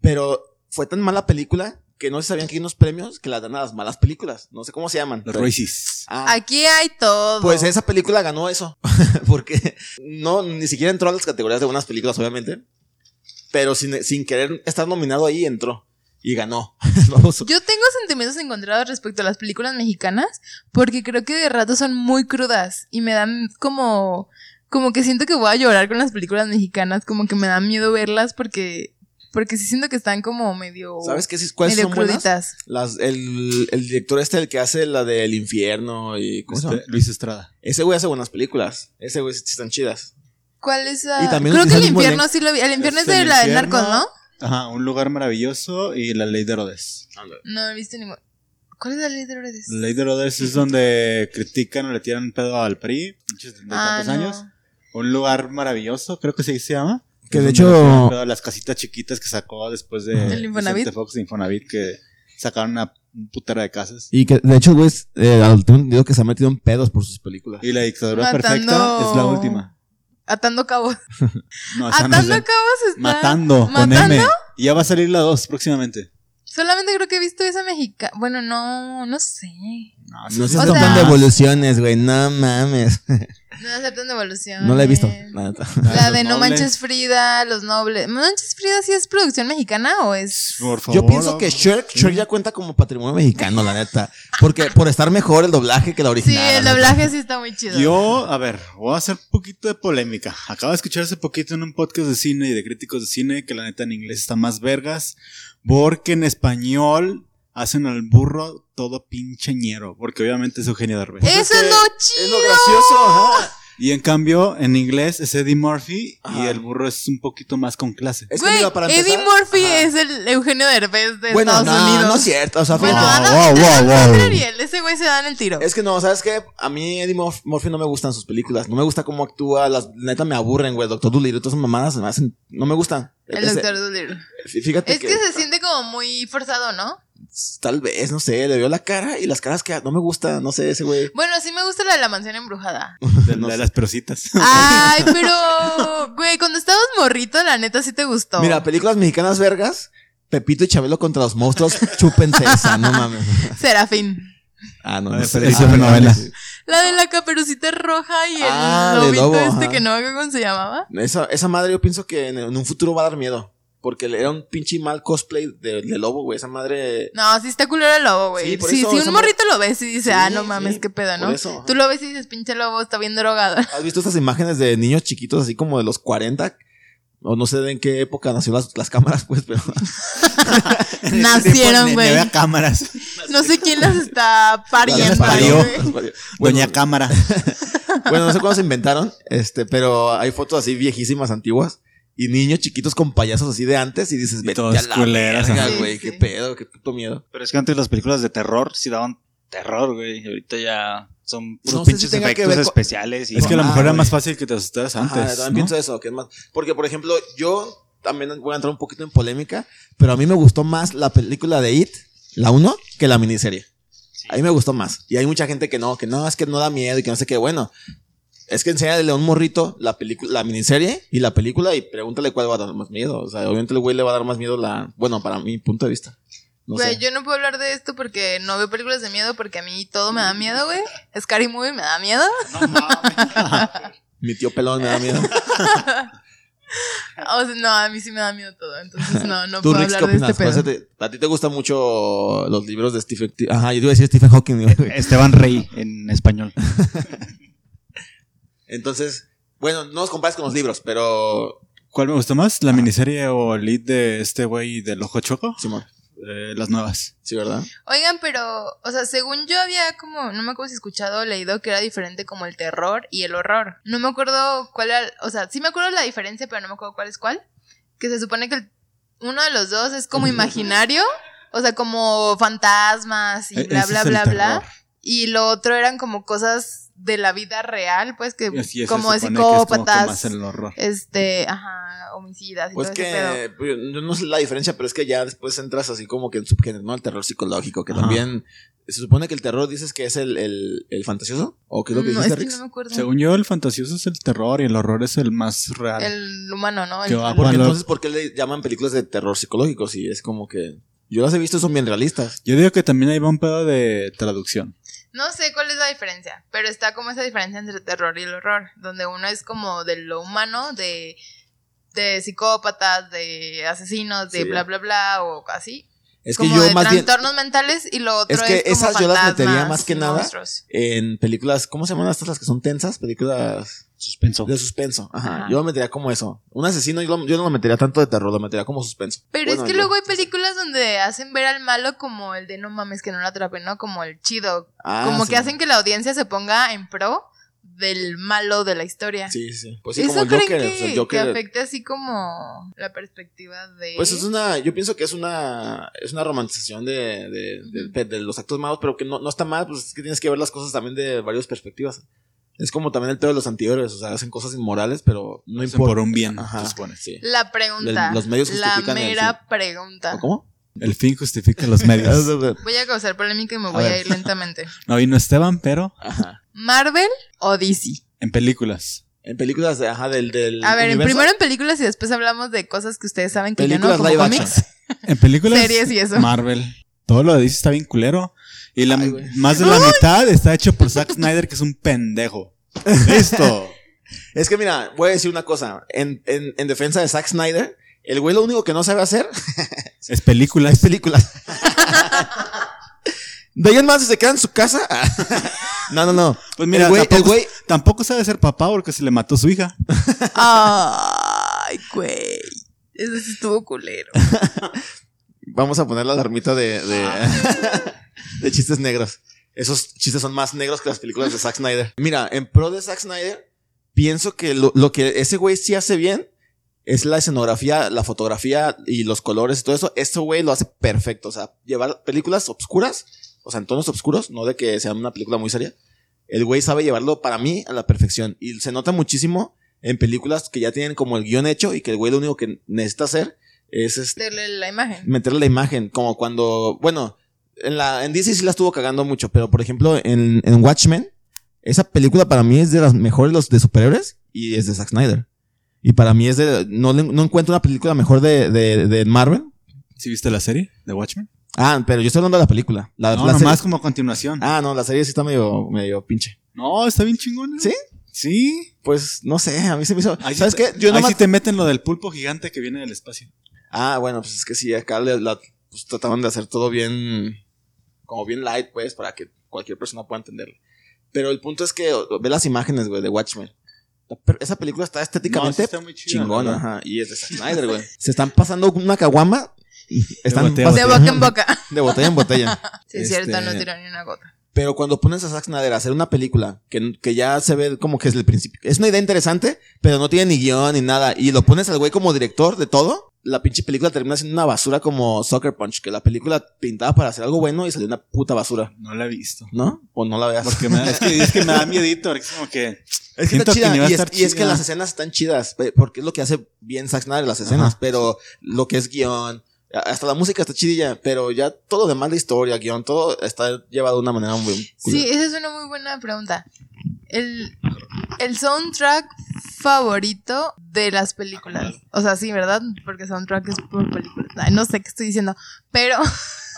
Pero fue tan mala película que no se sabían que hay unos premios que las dan a las malas películas. No sé cómo se llaman. Los Pero- Royces. Ah, Aquí hay todo. pues esa película ganó eso, porque no, ni siquiera entró a las categorías de buenas películas, obviamente. Pero sin, sin querer estar nominado ahí, entró y ganó. Vamos. Yo tengo sentimientos encontrados respecto a las películas mexicanas porque creo que de rato son muy crudas y me dan como como que siento que voy a llorar con las películas mexicanas, como que me da miedo verlas porque porque sí siento que están como medio ¿Sabes qué? es- ¿Cuáles medio son buenas? cruditas. Las, el, el director este, el que hace la del infierno y... ¿cómo se llama? Este, Luis Estrada. Ese güey hace buenas películas. Ese güey sí están chidas. ¿Cuál es la- Y también Creo que el utilizan un infierno sí lo vi. El infierno es Este, de el la del infierno. narcos, ¿no? Ajá, un lugar maravilloso y la ley de Herodes. No he visto ningún. ¿Cuál es la ley de Herodes? La ley de Herodes es donde critican o le tiran pedo al PRI, pinches de Ah, tantos no. años. Un lugar maravilloso, creo que sí se llama. Que Es donde de hecho- le tiran pedo a las casitas chiquitas que sacó después de El Infonavit. Vicente Fox Infonavit que sacaron una un putero de casas. Y que, de hecho, güey, es, eh, al- tengo entendido que se ha metido en pedos por sus películas. Y la dictadura Matando- perfecta es la última. Atando cabos. No, esa no es Atando la- cabos está. Matando, con ¿Matando? M. Y ya va a salir la 2 próximamente. Solamente creo que he visto esa mexicana. Bueno, no, no sé. No O seas sea- tan de evoluciones, güey. No mames. No aceptan devolución. No la he visto. La neta. La de No Manches Frida, Los Nobles. ¿No Manches Frida sí es producción mexicana o es.? Por favor. Yo pienso que Shrek, Shrek ya cuenta como patrimonio mexicano, la neta. Porque por estar mejor el doblaje que la Sí, original. el la neta. doblaje sí está muy chido. Yo, a ver, voy a hacer un poquito de polémica. Acabo de escuchar hace poquito en un podcast de cine y de críticos de cine que la neta en inglés está más vergas. Porque en español hacen al burro todo pinche ñero. Porque obviamente es Eugenio Derbez. Eso es lo chido. pues Es lo gracioso, ajá. Y en cambio, en inglés es Eddie Murphy y Ajá. el burro es un poquito más con clase. Es que, Güey, mira, para Eddie empezar- Murphy ajá. es el Eugenio Derbez de Bueno, Estados no, Unidos. no es cierto. O sea, Bueno, fíjate. Adam, wow, wow, Adam wow. Sandler y él, ese güey se dan el tiro. Es que no, ¿sabes qué? A mí Eddie Murf- Murphy no me gustan sus películas. No me gusta cómo actúa. Las neta me aburren, güey. Doctor Dolittle, todas esas mamadas se me hacen... No me gustan. el Ese- Doctor Dolittle. fí- Fíjate Es que se siente como muy forzado, ¿no? Tal vez, no sé. Le veo la cara y las caras que... No me gusta, no sé, ese güey. Bueno, sí me gusta la de la mansión embrujada. De, la de las perositas. Ay, pero, güey, cuando estabas morrito, la neta sí te gustó. Mira, películas mexicanas vergas. Pepito y Chabelo contra los monstruos. Chúpense esa, no mames. Serafín. Ah, no, La no de sé. Federico Ah, no, Fernández. sí. La de la caperucita roja y el Ah, de lobito lobo, este ajá. que no me acuerdo cómo se llamaba. Esa, esa madre yo pienso que en, en un futuro va a dar miedo. Porque era un pinche mal cosplay de, de lobo, güey. Esa madre... No, sí está culero el lobo, güey. Sí, por Sí, eso, si o sea, un morrito lo ves y dice, Sí, ah, no mames, sí, qué pedo, por ¿no? eso, ajá. Tú lo ves y dices, pinche lobo, está bien drogado. ¿Has visto estas imágenes de niños chiquitos así como de los 40? O no sé de en qué época nació las, las cámaras, pues, pero... Nacieron, pues, güey. Nueve cámaras. No sé quién las está pariendo. las parió. güey. las parió. Bueno, Doña Cámara. bueno, no sé cuándo se inventaron, este, pero hay fotos así viejísimas, antiguas. Y niños chiquitos con payasos así de antes y dices, Y vete todos a la culeras, verga, ajá. güey, Sí, qué sí. pedo, qué puto miedo. Pero es que antes las películas de terror sí daban terror, güey. Y ahorita ya son puros No sé si pinches tenga que efectos ver con- especiales. Y Es que a lo Ah, mejor era güey. más fácil que te asustaras Ajá, antes. también ¿no? pienso eso, que es más. Porque, por ejemplo, yo también voy a entrar un poquito en polémica, pero a mí me gustó más la película de It, la 1, que la miniserie. A mí me gustó más. Y hay mucha gente que no, que no, es que no da miedo y que no sé qué. Bueno, es que enséñale a un morrito la película, la miniserie y la película y pregúntale cuál va a dar más miedo. O sea, obviamente el güey le va a dar más miedo la. Bueno, para mi punto de vista. No Güey, sé. yo no puedo hablar de esto porque no veo películas de miedo porque a mí todo me da miedo, güey. Scary Movie me da miedo. Mi tío pelón me da miedo. O sea, no, a mí sí me da miedo todo. Entonces, no, no ¿Tú, puedo Rix, hablar qué de este opinas? pedo. Parece que te- a ti te gustan mucho los libros de Stephen. Ajá, yo te iba a decir Stephen Hawking. güey. Esteban Rey en español. Entonces, bueno, no los compares con los libros, pero. ¿Cuál me gustó más? Ah. ¿La miniserie o el lead de este güey del ojo choco? Simón, Eh, las nuevas. sí, ¿verdad? Oigan, pero, o sea, según yo había como, no me acuerdo si escuchado o leído que era diferente como el terror y el horror. No me acuerdo cuál era, o sea, sí me acuerdo la diferencia, pero no me acuerdo cuál es cuál. Que se supone que el- uno de los dos es como imaginario, o sea, como fantasmas y E- bla, ese bla, es el bla, bla. terror. Y lo otro eran como cosas de la vida real, pues que Y así es, se como de supone que es como que psicópatas, más el horror. este, ajá, homicidas y Pues todo ese pedo. que. pues, yo no sé la diferencia, pero es que ya después entras así como que en subgénero, ¿no? El terror psicológico, que Ajá. también. Se supone que el terror dices que es el, el, el fantasioso, o qué es lo que no, dijiste, es que Rix? no me acuerdo. Según yo, el fantasioso es el terror y el horror es el más real. El humano, ¿no? Que El- va el- por Ah, Porque Bueno, entonces, ¿por qué le llaman películas de terror psicológico? Si es como que. Yo las he visto, y son bien realistas. Yo digo que también ahí va un pedo de traducción. No sé cuál es la diferencia, pero está como esa diferencia entre el terror y el horror, donde uno es como de lo humano, de, de psicópatas, de asesinos, de Sí. bla, bla, bla, o así. Es que como yo de más bien. trastornos mentales y lo otro Es es, que como esas yo las metería fantasmas más que y nada monstruos. En películas, ¿cómo se llaman estas las que son tensas? Películas. Suspenso. De suspenso, ajá. Ajá. Yo lo metería como eso. Un asesino, yo, lo- yo no lo metería tanto de terror, lo metería como suspenso. Pero Bueno, es que yo- luego hay películas donde hacen ver al malo como el de no mames que no lo atrapen, ¿no? Como el chido. Ah, como sí. que hacen que la audiencia se ponga en pro del malo de la historia. Sí, sí. Pues sí, ¿Eso como el creen que, Joker. o sea, el que Joker- afecta así como la perspectiva de... Pues es una. Yo pienso que es una. Es una romantización de, de, de- de- de los actos malos, pero que no, no está mal, pues es que tienes que ver las cosas también de varias perspectivas. Es como también el pedo de los antihéroes, o sea, hacen cosas inmorales, pero no Hacen importa. por un bien, Ajá. se supone. Sí. La pregunta. Los medios la justifican el mera fin. pregunta. ¿O ¿Cómo? El fin justifica los medios. Voy a causar polémica y me A voy a, ver. ir lentamente. No vino Esteban, pero Ajá. ¿Marvel o DC? en películas. En películas de- ajá, del, del A ver, universo. primero en películas y después hablamos de cosas que ustedes saben que Películas yo no, como live cómics, En películas. series y eso. Marvel. Todo lo de DC está bien culero. Y la, Ay, güey. más de la mitad está hecho por Zack Snyder, que es un pendejo. Listo. Es que mira, voy a decir una cosa. En, en, en defensa de Zack Snyder, el güey lo único que no sabe hacer Es películas. es películas. de ahí en más se queda en su casa. no, no, no. Pues mira, el güey, el tampoco, güey- tampoco sabe ser papá porque se le mató su hija. Ay, güey. Eso sí estuvo culero. Vamos a poner la alarmita de, de, de chistes negros. Esos chistes son más negros que las películas de Zack Snyder. Mira, en pro de Zack Snyder, pienso que lo, lo que ese güey sí hace bien es la escenografía, la fotografía y los colores y todo eso. Este güey lo hace perfecto. O sea, llevar películas obscuras, o sea, en tonos obscuros, no de que sea una película muy seria. El güey sabe llevarlo para mí a la perfección. Y se nota muchísimo en películas que ya tienen como el guión hecho y que el güey lo único que necesita hacer es De este la, la imagen. meterle la imagen, como cuando, bueno, en, la, en DC sí la estuvo cagando mucho, pero por ejemplo en, en Watchmen, esa película para mí es de las mejores los de superhéroes y es de Zack Snyder. Y para mí es de, no, le- no encuentro una película mejor de, de, de Marvel. ¿Sí viste la serie de Watchmen? Ah, pero yo estoy hablando de la película. La, No, la serie- nomás como continuación. Ah, no, la serie sí está medio, medio pinche. No, está bien chingona. ¿Sí? Sí. Pues no sé, a mí se me hizo... Ahí sí ¿Sabes qué? te- Yo ahí nomás... sí te meten lo del pulpo gigante que viene del espacio. Ah, bueno, pues es que sí, acá le- la, pues, trataban de hacer todo bien, como bien light, pues, para que cualquier persona pueda entenderlo. Pero el punto es que o- ve las imágenes, güey, de Watchmen. La per- esa película está No, sí estéticamente está muy chida, chingona, la verdad. ajá, y es de Zack Snyder, güey. Se están pasando una caguama, están botella, pas- De boca en boca. de botella en botella. Sí, es cierto, Este- no tiró ni una gota. Pero cuando pones a Zack Snyder a hacer una película que, que ya se ve como que es el principio, es una idea interesante, pero no tiene ni guión ni nada, y lo pones al güey como director de todo, la pinche película termina siendo una basura como Soccer Punch, que la película pintaba para hacer algo bueno y salió una puta basura, No la he visto. ¿no? O no la veas. Porque me da- es, que, es que me da miedito. porque Es como que. Es que siento está que chida, ni va a y, es, estar y es que chida. las escenas están chidas, pe- porque es lo que hace bien Zack Snyder las escenas, Ajá. pero lo que es guión, a- hasta la música está chidilla, pero ya todo lo demás de historia, guión, todo está llevado de una manera muy... Sí, esa es una muy buena pregunta. El, el soundtrack favorito de las películas. O sea, sí, ¿verdad? Porque soundtrack es por películas. Ay, no sé qué estoy diciendo. Pero,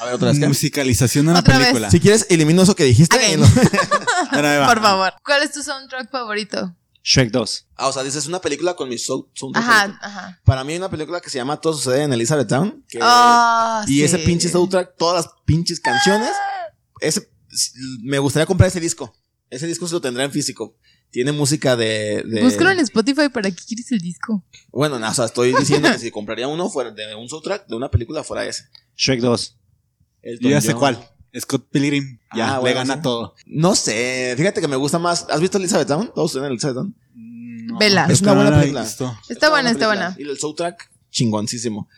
A ver, otra vez, ¿qué? Musicalización de una Otra vez. película. Si quieres, elimino eso que dijiste. Ok. y no- Pero ahí va. por favor, ¿cuál es tu soundtrack favorito? Shrek 2. Ah, o sea, dices una película con mi soul- soundtrack. Ajá, ajá. Para mí hay una película que se llama Todo sucede en Elizabethtown. que- Ah, Eh, y ese sí. pinche soundtrack, todas las pinches canciones. Ese, me gustaría comprar ese disco. Ese disco se lo tendrá en físico. Tiene música de... de- Búscalo en Spotify para que quieres el disco. Bueno, no, o sea, estoy diciendo que si compraría uno fuera de un soundtrack, de una película fuera ese. Shrek 2. Elton Yo ya sé John. cuál. Scott Pilgrim. Ya, Ah, le bueno, gana sí. todo. No sé, fíjate que me gusta más. ¿Has visto Elizabethtown? Todo sucede en Elizabethtown. Vela. Es una Pero no buena la he película. visto. Está buena, está película. buena. Y el soundtrack, chingoncísimo.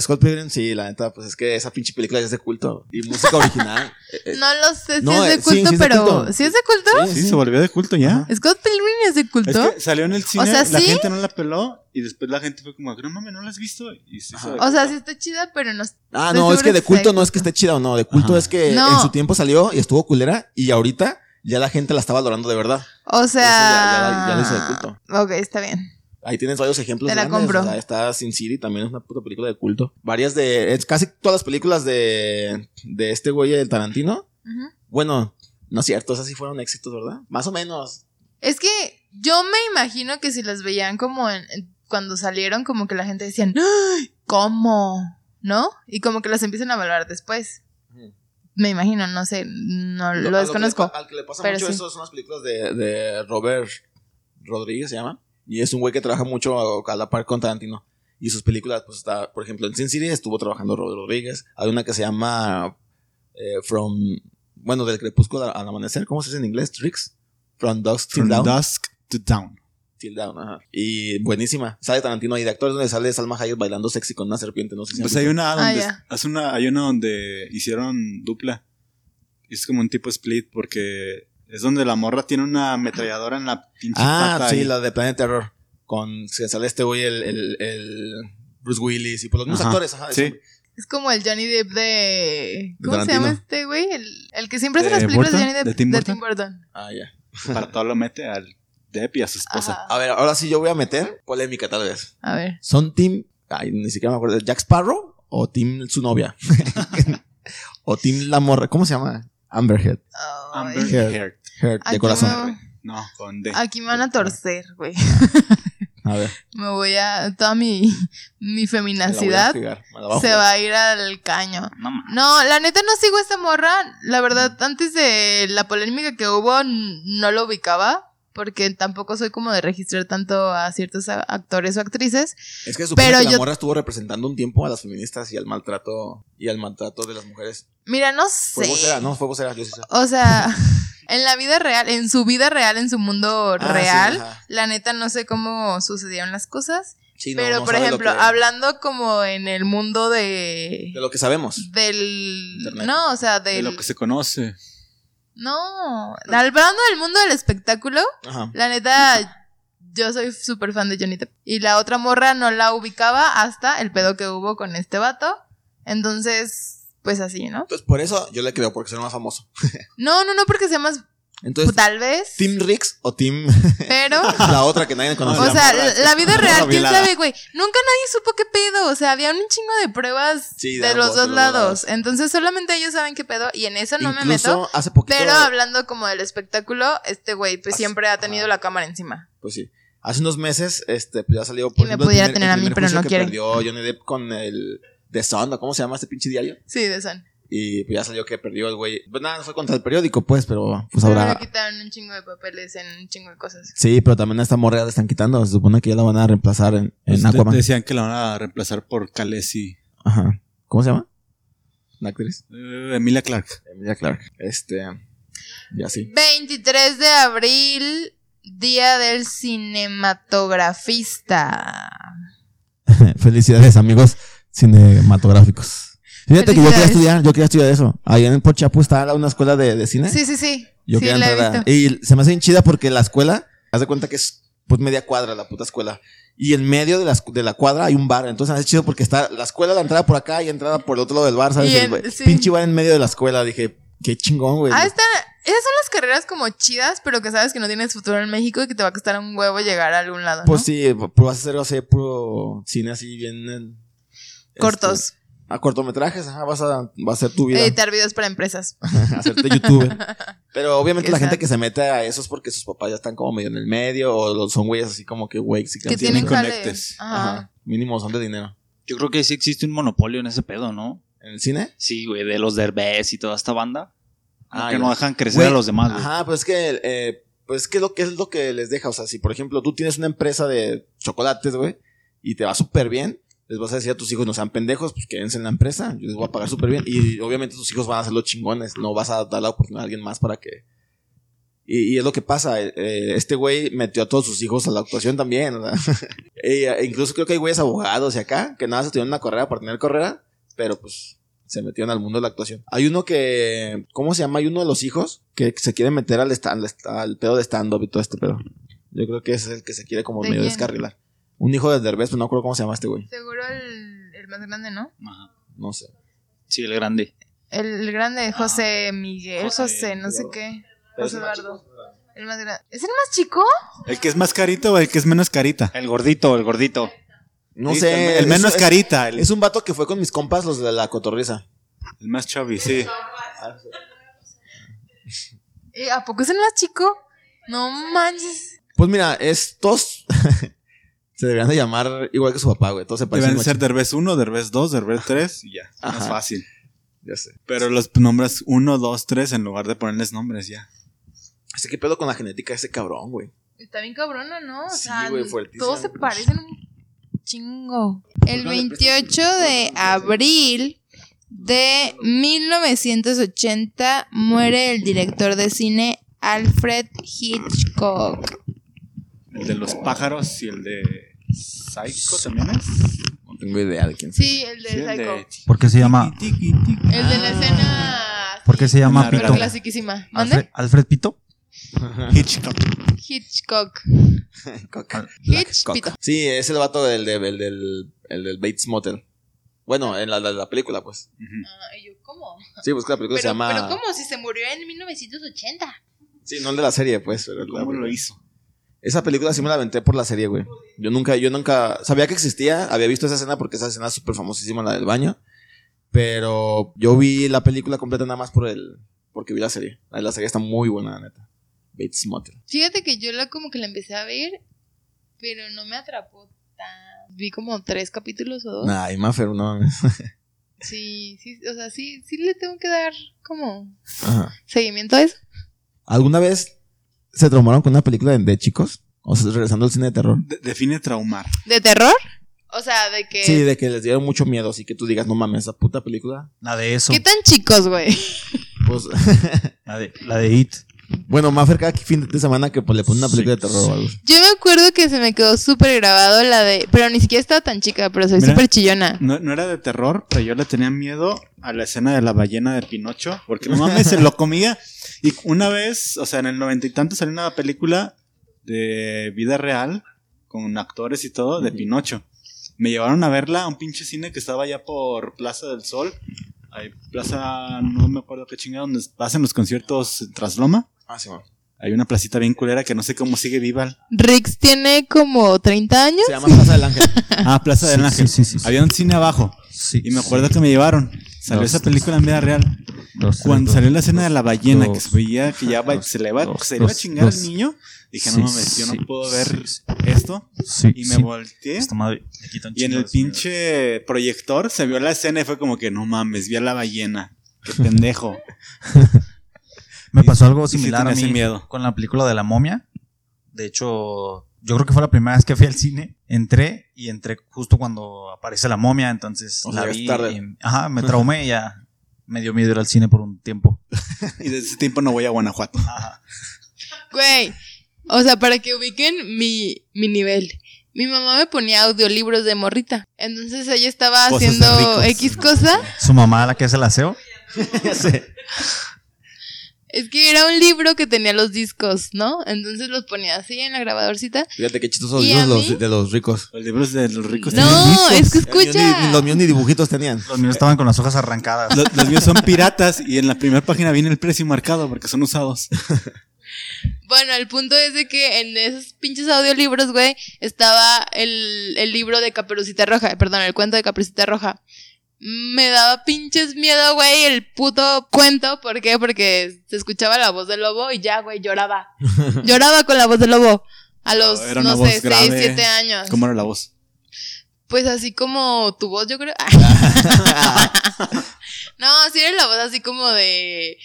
Scott Pilgrim, sí, la neta, pues es que esa pinche película ya es de culto. Y música original. Eh, eh, No lo sé si No, es eh, de sí, culto, sí es de pero. culto. ¿Sí es de culto? Sí, se volvió de culto ya. ¿Scott Pilgrim es de culto? Es que salió en el cine, O sea, la sí. gente no la peló y después la gente fue como, no mames, no la has visto. Y se hizo de O sea, culto. sí está chida, pero no. Ah, Estoy no, es segura que de que está culto de no es que culto. esté chida o no. De culto Ajá. es que No. en su tiempo salió y estuvo culera. Y ahorita ya la gente la está valorando de verdad. O sea. ya- ya- ya lo hizo de culto. Ok, está bien. Ahí tienes varios ejemplos. Te la grandes, compro. o sea, está Sin City, también es una puta película de culto. Varias de. es casi todas las películas de, de este güey, el Tarantino. Ujú. Bueno, no es cierto, esas sí fueron éxitos, ¿verdad? Más o menos. Es que yo me imagino que si las veían como en- en- cuando salieron, como que la gente decían, "¡Ay! ¿cómo? ¿No? Y como que las empiezan a valorar después. Ujú. Me imagino, no sé, no lo, a que le desconozco. pa- al que le pasa pero mucho sí. eso son las películas de, de Robert Rodríguez, se llama. Y es un güey que trabaja mucho a la par con Tarantino. Y sus películas, pues está, por ejemplo, en Sin City estuvo trabajando Robert Rodríguez. Hay una que se llama eh, From. Bueno, del crepúsculo al amanecer, ¿cómo se dice en inglés? Tricks. From Dusk Till From Dawn. Dusk to Down. Till Dawn, ajá. Y buenísima. Sale Tarantino ahí de actor, donde sale Salma Hayek bailando sexy con una serpiente, no sé si han Pues visto. hay una donde Ah, ya. hace una, hay una donde hicieron dupla. Es como un tipo split porque es donde la morra tiene una ametralladora en la pinche Ah, pata sí, ahí. la de Planet Terror. Con que sale este güey, el, el- el Bruce Willis y por los mismos Ajá, actores. Ajá, sí. sí. Es como el Johnny Depp de. De ¿Cómo se llama Tarantino. este güey? El, el que siempre hace ¿De las películas Burton? de Johnny Depp. ¿De Tim Burton? Burton. Ah, ya. Para todo lo mete al Depp y a su esposa. Ajá. A ver, ahora sí yo voy a meter polémica tal vez. A ver. ¿Son Team. Ay, ni siquiera me acuerdo. ¿Jack Sparrow o Team su novia? o Team la morra. ¿Cómo se llama? Amberhead. Ay. Ah, Amber Heard. Heard. Heard, Aquí de corazón. me- No, con D. Aquí me van a torcer, güey. A ver. Me voy a. Toda mi, mi me la voy a feminacidad jugar, me la voy a se jugar. va a ir al caño. No mames. No, la neta no sigo a esta morra. La verdad, antes de la polémica que hubo, n- no lo ubicaba. Porque tampoco soy como de registrar tanto a ciertos a- actores o actrices. Es que supone Pero que la yo- morra estuvo representando un tiempo a las feministas y al maltrato y al maltrato de las mujeres. Mira, no Fue sé. vocera, Pues no, fue vocera, yo sí sé. O sea, en la vida real, en su vida real, en su mundo Ah, sí, real, ajá. la neta no sé cómo sucedieron las cosas. Sí, no, pero, no por sabe lo ejemplo, que- hablando como en el mundo de... de lo que sabemos. del... Internet. No, o sea, De del... lo que se conoce. No, hablando del mundo del espectáculo, Ajá. la neta, yo soy súper fan de Johnny Depp. Y la otra morra no la ubicaba hasta el pedo que hubo con este vato. Entonces, pues así, ¿no? Entonces, por eso yo le creo, porque soy el más famoso. No, no, no, porque sea más... Entonces, Tal vez, Team Rix o Team pero... la otra que nadie conoce. O sea, la, la vida real, ¿quién violada. sabe, güey? Nunca nadie supo qué pedo. O sea, había un chingo de pruebas Sí, de, de los ambos, dos de los dos lados. lados. Entonces, solamente ellos saben qué pedo. Y en eso no me Incluso meto. hace poquito. Pero hablando como del espectáculo, este güey, pues As- siempre ha tenido ajá. la cámara encima. Pues sí. Hace unos meses, este, pues ya salió Y me ejemplo, el pudiera primer- tener el a mí, primer pero juicio no que quieren. Perdió Johnny Depp con el The Sun, ¿o ¿cómo se llama este pinche diario? Sí, de son. Y pues ya salió que perdió el güey. Pues nada, fue contra el periódico, pues, pero pues Pero ahora. le quitaron un chingo de papeles en un chingo de cosas. Sí, pero también a esta morra ya la están quitando. Se supone que ya la van a reemplazar en, en Ustedes Aquaman. Decían que la van a reemplazar por Khaleesi. Ajá. ¿Cómo se llama? La actriz. Eh, Emilia Clark. Emilia Clark. Este. Ya sí. 23 de abril, Día del Cinematografista. Felicidades, amigos cinematográficos. Fíjate que yo quería Felicidades. estudiar, yo quería estudiar eso. Allá en Por Chapu está la- una escuela de, de cine. Sí, sí, sí. Yo sí, quería la he entrar a- visto. Y se me hace bien chida porque la escuela, haz de cuenta que es pues media cuadra la puta escuela. Y en medio de la, escu- de la cuadra hay un bar. Entonces es chido porque está la escuela, la entrada por acá y entrada por el otro lado del bar, ¿sabes? Y El en- güey- sí. Pinche bar en medio de la escuela. Dije, qué chingón, güey. Ah, están- esas son las carreras como chidas, pero que sabes que no tienes futuro en México y que te va a costar un huevo llegar a algún lado. ¿no? Pues sí, pu- vas a hacer, o sea, puro cine así bien. en- este, Cortos. Eh, a cortometrajes, ajá, vas a, vas a hacer tu vida. Editar videos para empresas. hacerte youtuber. Pero obviamente Qué la gente sad. que se mete a eso es porque sus papás ya están como medio en el medio o los- son güeyes así como que, güey, sí Que sí, tienen mínimo- jale. conectes. Ajá. Ajá. Mínimo son de dinero. Yo creo que sí existe un monopolio en ese pedo, ¿no? ¿En el cine? Sí, güey, de los derbés y toda esta banda. Ah, que ya. no dejan crecer Güey, a los demás, güey. Ajá, pues es que, eh, pues ¿qué es lo que es lo que les deja. O sea, si por ejemplo tú tienes una empresa de chocolates, güey, y te va súper bien, les vas a decir a tus hijos, no sean pendejos, pues quédense en la empresa, yo les voy a pagar súper bien. Y obviamente tus hijos van a ser los chingones, no vas a dar la oportunidad a alguien más para que. Y, y es lo que pasa, eh, eh, este güey metió a todos sus hijos a la actuación también. o sea. Y, eh, incluso creo que hay güeyes abogados y acá, que nada, se tuvieron una carrera para tener carrera, pero pues se metieron al mundo de la actuación. Hay uno que, ¿cómo se llama? Hay uno de los hijos que se quiere meter al, esta- al esta- al pedo de stand-up y todo este pedo. Yo creo que ese es el que se quiere como ¿De medio quién? descarrilar. Un hijo de Derbez, pero no recuerdo cómo se llama este güey. Seguro el, el más grande, ¿no? Ajá. No sé. Sí, el grande. El, el grande, José Miguel, José, José no sé Eduardo. qué. José Pero es el más Eduardo. El más grande. ¿Es el más chico? ¿El que es más carito o el que es menos carita? El gordito, el gordito. No Sí, sé. El, el es- menos es- carita. El, Es un vato que fue con mis compas, los de la cotorriza. el más chavi, sí. Eh, ¿A poco es el más chico? No manches. Pues mira, estos se deberían de llamar igual que su papá, güey. Todos se parecen. Deben ser machín. Derbez 1, Derbez 2, Derbez 3 y ya. Ajá. Más fácil. Ya sé. Pero los nombras 1, 2, 3 en lugar de ponerles nombres ya. Así que pedo con la genética de ese cabrón, güey. Está bien cabrona, ¿no? O Sí, sea, güey, fuertísimo. todos se parecen un chingo. El no le prestas 28 de abril de 1980 muere el director de cine Alfred Hitchcock. El de los pájaros y el de Psycho también es. No tengo idea de quién. Sí, el de Sí, el de- Psycho. ¿Por qué se Ah. llama? El de la escena. ¿Por qué se llama Claro, Pito? Pero clasiquísima. Alfred, ¿Mande? Alfred Pito. Hitchcock. Hitchcock. Cock. Hitch Ah, Cock. Pito. Sí, es el vato del, del, del, el del Bates Motel. Bueno, en la, la, la película, pues. Ah, y yo, ¿cómo? Sí, pues que la película Pero, se llama. pero ¿cómo? Si se murió en 1980. Sí, no el de la serie, pues. pero la- ¿Cómo lo hizo? Esa película sí me la aventé por la serie, güey. Yo nunca, yo nunca sabía que existía, había visto esa escena porque esa escena es súper famosísima, la del baño. Pero yo vi la película completa nada más por el, porque vi la serie. La, la serie está muy buena, la neta. Bates Motel. Fíjate que yo la como que la empecé a ver, pero no me atrapó tan. Vi como tres capítulos o dos. Ay, Maffer, no mames. Sí, sí, o sea, sí, sí le tengo que dar como Ajá. seguimiento a eso. ¿Alguna vez se traumaron con una película de, de chicos? O sea, regresando al cine de terror. De- define traumar. ¿De terror? O sea, de que. Sí, de que les dieron mucho miedo, así que tú digas, no mames, esa puta película. La de eso. ¿Qué tan chicos, güey? Pues, La de, la de It. bueno, Maffer cada fin de semana que pues, le pone una película de terror o algo. Yo me acuerdo que se me quedó súper grabado la de. Pero ni siquiera estaba tan chica, pero soy Mira. súper chillona. No, no era de terror, pero yo le tenía miedo a la escena de la ballena de Pinocho, porque no mames, se lo comía. Y una vez, o sea, en el noventa y tanto salió una película de vida real, con actores y todo, de Pinocho. Me llevaron a verla a un pinche cine que estaba allá por Plaza del Sol. Ahí, Plaza, no me acuerdo qué chingada, donde hacen los conciertos tras Loma. Ah, sí, man. Hay una placita bien culera que no sé cómo sigue viva. Rix tiene como 30 años. Se llama Plaza del Ángel. Ah, Plaza del Ángel. Sí, sí, sí. Había un cine abajo. Sí, Y me acuerdo que me llevaron. Salió Dos, esa película en vida real. Dos, Cuando dos, salió la escena de la ballena, dos, que se veía que ya va- dos, se le va, dos, se le iba a dos, chingar dos. al niño, dije, Sí, no mames, yo sí, no puedo sí, ver sí. esto. sí, Y me sí. volteé. Esta madre, me quita un Y en chingo el de pinche proyector se vio la escena y fue como que, no mames, vi a la ballena. Qué pendejo. Me pasó algo y sí similar a tenía mí ese miedo. con la película de la momia. De hecho, yo creo que fue la primera vez que fui al cine. Entré y entré justo cuando aparece la momia, entonces O sea, la llegas vi. tarde. y- ajá, me traumé y ya me dio miedo ir al cine por un tiempo. Y desde ese tiempo no voy a Guanajuato. Ajá. Güey. O sea, para que ubiquen mi, mi nivel. Mi mamá me ponía audiolibros de morrita. Entonces ella estaba Cosas de haciendo ricos. X cosa. Su mamá, la que hace el aseo. Es que era un libro que tenía los discos, ¿no? Entonces los ponía así en la grabadorcita. Fíjate qué chistosos ¿Y libros a los- mí? de los ricos. Los libros de los ricos tenían No, discos. es que Los míos ni- escucha. ni los míos ni dibujitos tenían. Los míos estaban con las hojas arrancadas. Los, los míos son piratas y en la primera página viene el precio marcado porque son usados. Bueno, el punto es de que en esos pinches audiolibros, güey, estaba el, el libro de Caperucita Roja, perdón, el cuento de Caperucita Roja. Me daba pinches miedo, güey, el puto cuento. ¿Por qué? Porque se escuchaba la voz del lobo y ya, güey, lloraba. lloraba con la voz del lobo. A los, Era una no voz sé, 6, grave. 7 años. ¿Cómo era la voz? Pues así como tu voz, yo creo. no, sí era la voz así como de.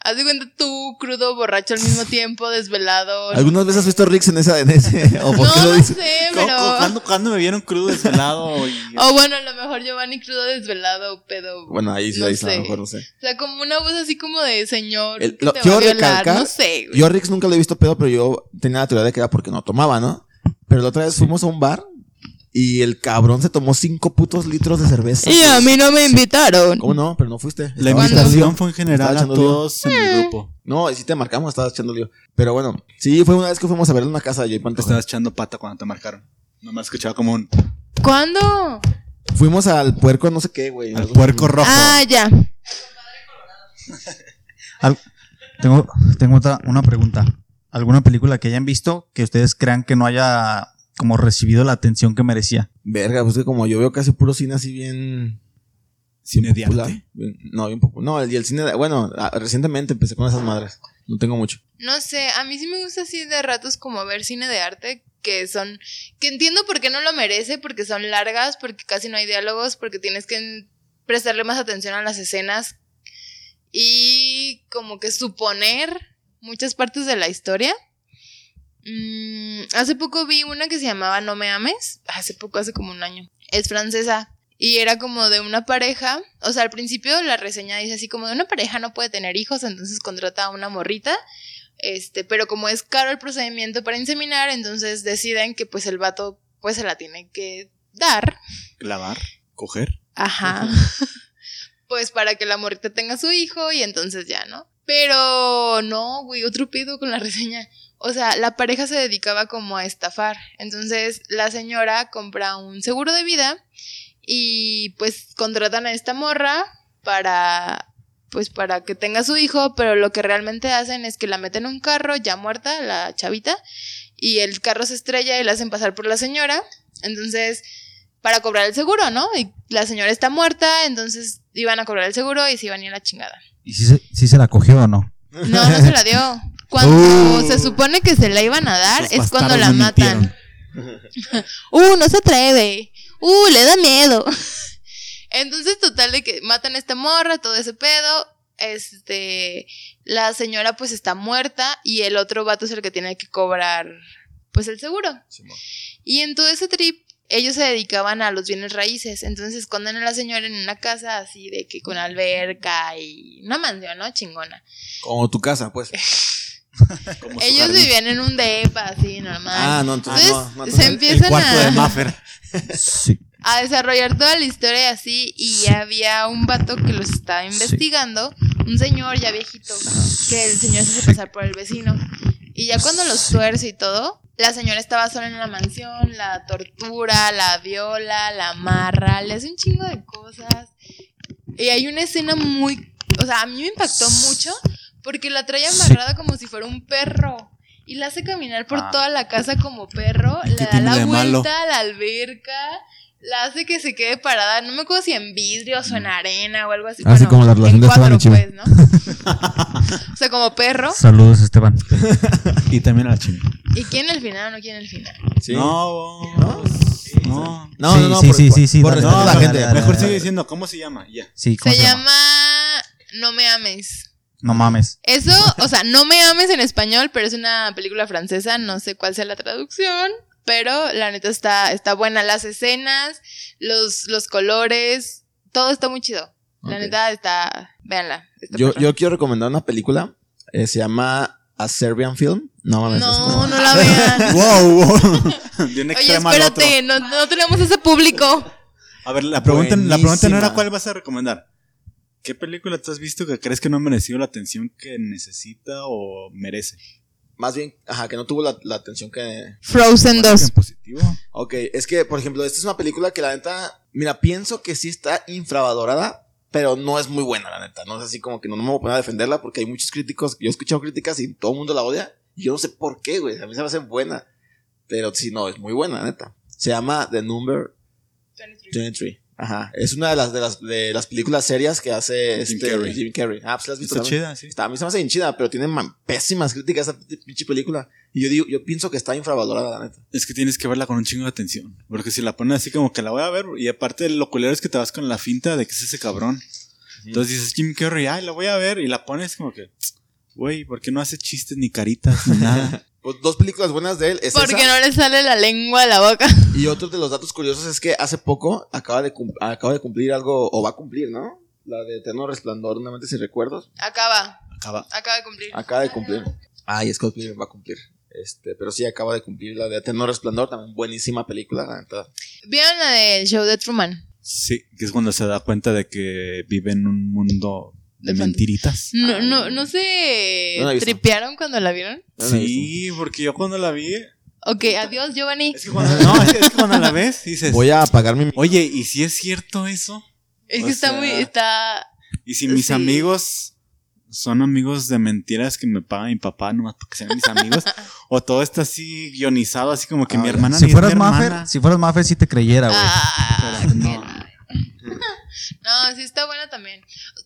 Haz de cuenta tú, crudo, borracho al mismo tiempo, desvelado. ¿Algunas veces has visto Ricks en esa en ese? ¿O por no, qué lo no dices? sé, ¿Cu- cu- pero. ¿Cuándo, cuándo me vieron crudo, desvelado? Y... O bueno, a lo mejor Giovanni crudo desvelado, pedo. Bueno, ahí sí, No ahí sí, a sé. lo mejor no sé. O sea, como una voz así como de señor. El- que lo- te quiero va a violar. recalcar- No sé, güey. Yo a Ricks nunca lo he visto pedo, pero yo tenía la teoría de que era porque no tomaba, ¿no? Pero la otra vez fuimos a un bar y el cabrón se tomó cinco putos litros de cerveza. Y a mí no me invitaron. ¿Cómo no? Pero no fuiste. La Estabas invitación echando- fue en general Estaba a echando lío. todos en el grupo. No, y sí te marcamos, estabas echando lío. Pero bueno, sí, fue una vez que fuimos a verlo en una casa de Jay Te Pantoja. estabas echando pata cuando te marcaron. Nomás escuchaba como un ¿Cuándo? Fuimos al puerco, no sé qué, güey. al algo- puerco rojo. Ah, ya. Al- tengo tengo otra, una pregunta. ¿Alguna película que hayan visto que ustedes crean que no haya como recibido la atención que merecía? Verga, pues que como yo veo casi puro cine así bien. Cine de popular. arte. Bien- No, bien popular. No, el, y el cine de. Bueno, ah, recientemente empecé con esas madres. No tengo mucho. No sé, a mí sí me gusta así de ratos como ver cine de arte que son, que entiendo por qué no lo merece, porque son largas, porque casi no hay diálogos, porque tienes que en- prestarle más atención a las escenas y como que suponer muchas partes de la historia. Mm, hace poco vi una que se llamaba No me ames, hace poco, hace como un año, es francesa. Y era como de una pareja, o sea, al principio la reseña dice así como de una pareja no puede tener hijos, entonces contrata a una morrita este, pero como es caro el procedimiento para inseminar, entonces deciden que pues el vato pues se la tiene que dar. Clavar, coger. Ajá. pues para que la morrita tenga su hijo y entonces ya, ¿no? Pero no, güey, otro pedo con la reseña. O sea, la pareja se dedicaba como a estafar. Entonces la señora compra un seguro de vida Y pues contratan a esta morra para pues para que tenga su hijo, pero lo que realmente hacen es que la meten en un carro ya muerta la chavita y el carro se estrella y la hacen pasar por la señora. Entonces, para cobrar el seguro, ¿no? Y la señora está muerta, entonces iban a cobrar el seguro y se iban a ir a la chingada. ¿Y si se, si se la cogió o no? No, no se la dio. Cuando se supone que se la iban a dar Uh. Esos es cuando bastardos la me matan. uh, no se atreve. Uh, le da miedo. Entonces, total de que matan a esta morra, todo ese pedo. Este, la señora pues está muerta y el otro vato es el que tiene que cobrar pues el seguro. Y en todo ese trip ellos se dedicaban a los bienes raíces, entonces esconden a la señora en una casa así de que con alberca y una mansión, ¿no? Chingona. Como tu casa, pues. Como su Ellos jardín. vivían en un depa así normal. Ah, no, entonces, Entonces, no, no, se entonces- empiezan a, Sí. a desarrollar toda la historia y así y había un vato que los estaba investigando, un señor ya viejito, Ah. que el señor se hizo pasar por el vecino. Y ya cuando los tuerce y todo, la señora estaba sola en la mansión, la tortura, la viola, la amarra, le hace un chingo de cosas. Y hay una escena muy, o sea, a mí me impactó mucho porque la trae amarrada como si fuera un perro. Y la hace caminar por toda la casa como perro, Ah. ¿Y le qué da tiene la de malo? vuelta a la alberca, la hace que se quede parada, no me acuerdo si en vidrios o en arena o algo así. Así como la relación en de Esteban cuatro, y Chivo. pues, ¿no? o sea, como perro. Saludos, Esteban. Y también a la chingada. ¿Y quién el final o no quién el final? Sí. No, ¿No? no. No, Sí, no, no, sí, por- sí, por- sí, sí, por dale, respeto a la dale, gente. dale, dale. Mejor sigue diciendo, ¿cómo se llama? Ya. Sí, Se, ¿cómo se, llama? No me ames. No mames. Eso, o sea, no me ames en español, pero es una película francesa, no sé cuál sea la traducción, pero la neta está, está buena. Las escenas, los, los colores, todo está muy chido. La Ok. neta está, véanla. está Yo, perra. yo quiero recomendar una película. eh, se llama A Serbian Film. No mames. es no, como- no la vean. Wow, De un Oye, extremo al otro. espérate, no, no tenemos ese público. A ver, la pregunta, la pregunta no Buenísima. era cuál vas a recomendar. ¿Qué película te has visto que crees que no ha merecido la atención que necesita o merece? Más bien, ajá, que no tuvo la, la atención que. Frozen 2. ¿En positivo? Ok, es que, por ejemplo, esta es una película que la neta. Mira, pienso que sí está infravalorada, pero no es muy buena, la neta. No es así como que no, no me voy a poner a defenderla porque hay muchos críticos. Yo he escuchado críticas y todo el mundo la odia. Y yo no sé por qué, güey. A mí se me hace buena. Pero sí, no, es muy buena, la neta. Se llama The Number 23. Ajá. Es una de las, de las, de las películas serias que hace Jim este, Carrey. Jim Carrey. Ah, pues la has visto Está también? chida, sí. Está- a mí se me hace bien chida, pero tiene man- pésimas críticas esa p- pinche película. Y yo digo, yo pienso que está infravalorada, la neta. Es que tienes que verla con un chingo de atención. Porque si la pones así como que la voy a ver, y aparte lo culero es que te vas con la finta de que es ese cabrón. Entonces dices, Jim Carrey, ay, la voy a ver, y la pones como que, güey, ¿por qué no hace chistes ni caritas ni nada? Pues dos películas buenas de él es Porque esa. no le sale la lengua a la boca. Y otro de los datos curiosos es que hace poco acaba de, cum- acaba de cumplir algo, o va a cumplir, ¿no? La de Eterno Resplandor, una mente sin recuerdos. Acaba, Acaba. acaba de cumplir. Acaba de cumplir. Ay, Scott Pilgrim va a cumplir. Este, pero sí, acaba de cumplir la de Eterno Resplandor, también buenísima película, la neta. ¿Vieron la del show de Truman? Sí, que es cuando se da cuenta de que vive en un mundo de De fant- mentiritas. No, no, no se Ah, No la he visto. tripearon cuando la vieron. No la he Sí, porque yo cuando la vi, Ok, adiós, Giovanni. Es que cuando, no, es que, es que cuando la ves dices, Voy a apagar mi... oye, ¿y si es cierto eso? Es o que está sea, muy, está. ¿Y si mis Eh, Sí. amigos son amigos de mentiras que me paga mi papá nomás porque sean mis amigos? ¿O todo está así guionizado, así como que Ah, mi ya. hermana Si ni es fueras mi Maffer, hermana? si fueras Maffer, sí te creyera, güey. Ah, Pero qué no. la- no, sí está buena también.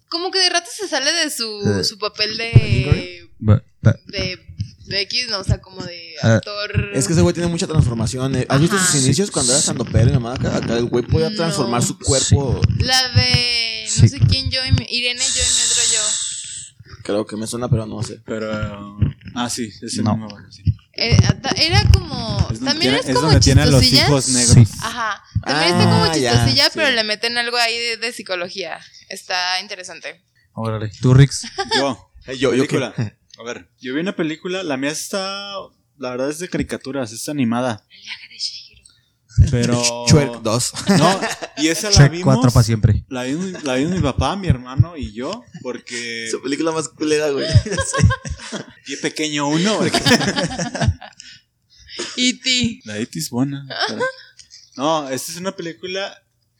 Como que de rato se sale de su, Eh, su papel de, Ba- ba- de. de X, no, o sea, como de Ah, actor. Es que ese güey tiene mucha transformación. eh. ¿Has visto Ajá. sus inicios cuando era sandopero y mamá? Acá, acá el güey podía No. transformar su cuerpo. La de. no Sí. sé quién, yo y mi- Irene, yo y mi otro yo. Creo que me suena, pero no sé. Pero... Ah, sí, es el No. mismo, bueno, sí. Eh, ata- Era como. Es donde también tiene- es es como donde tiene a los chistosilla. hijos negros. Ajá. También está como Ah, ya, chistosilla, sí. pero le meten algo ahí de, de psicología. Está interesante. Órale. Tú, Rix. Yo, Eh, Yo, yo película. A ver, yo vi una película, la mía está... La verdad es de caricaturas, es animada. Pero... Chuerk 2. No, y esa la Check vimos... 4 para siempre. La vimos, la vimos mi papá, mi hermano y yo, porque Su película más culera, güey. vi pequeño uno. porque- E.T. E La IT es buena. pero- No, esta es una película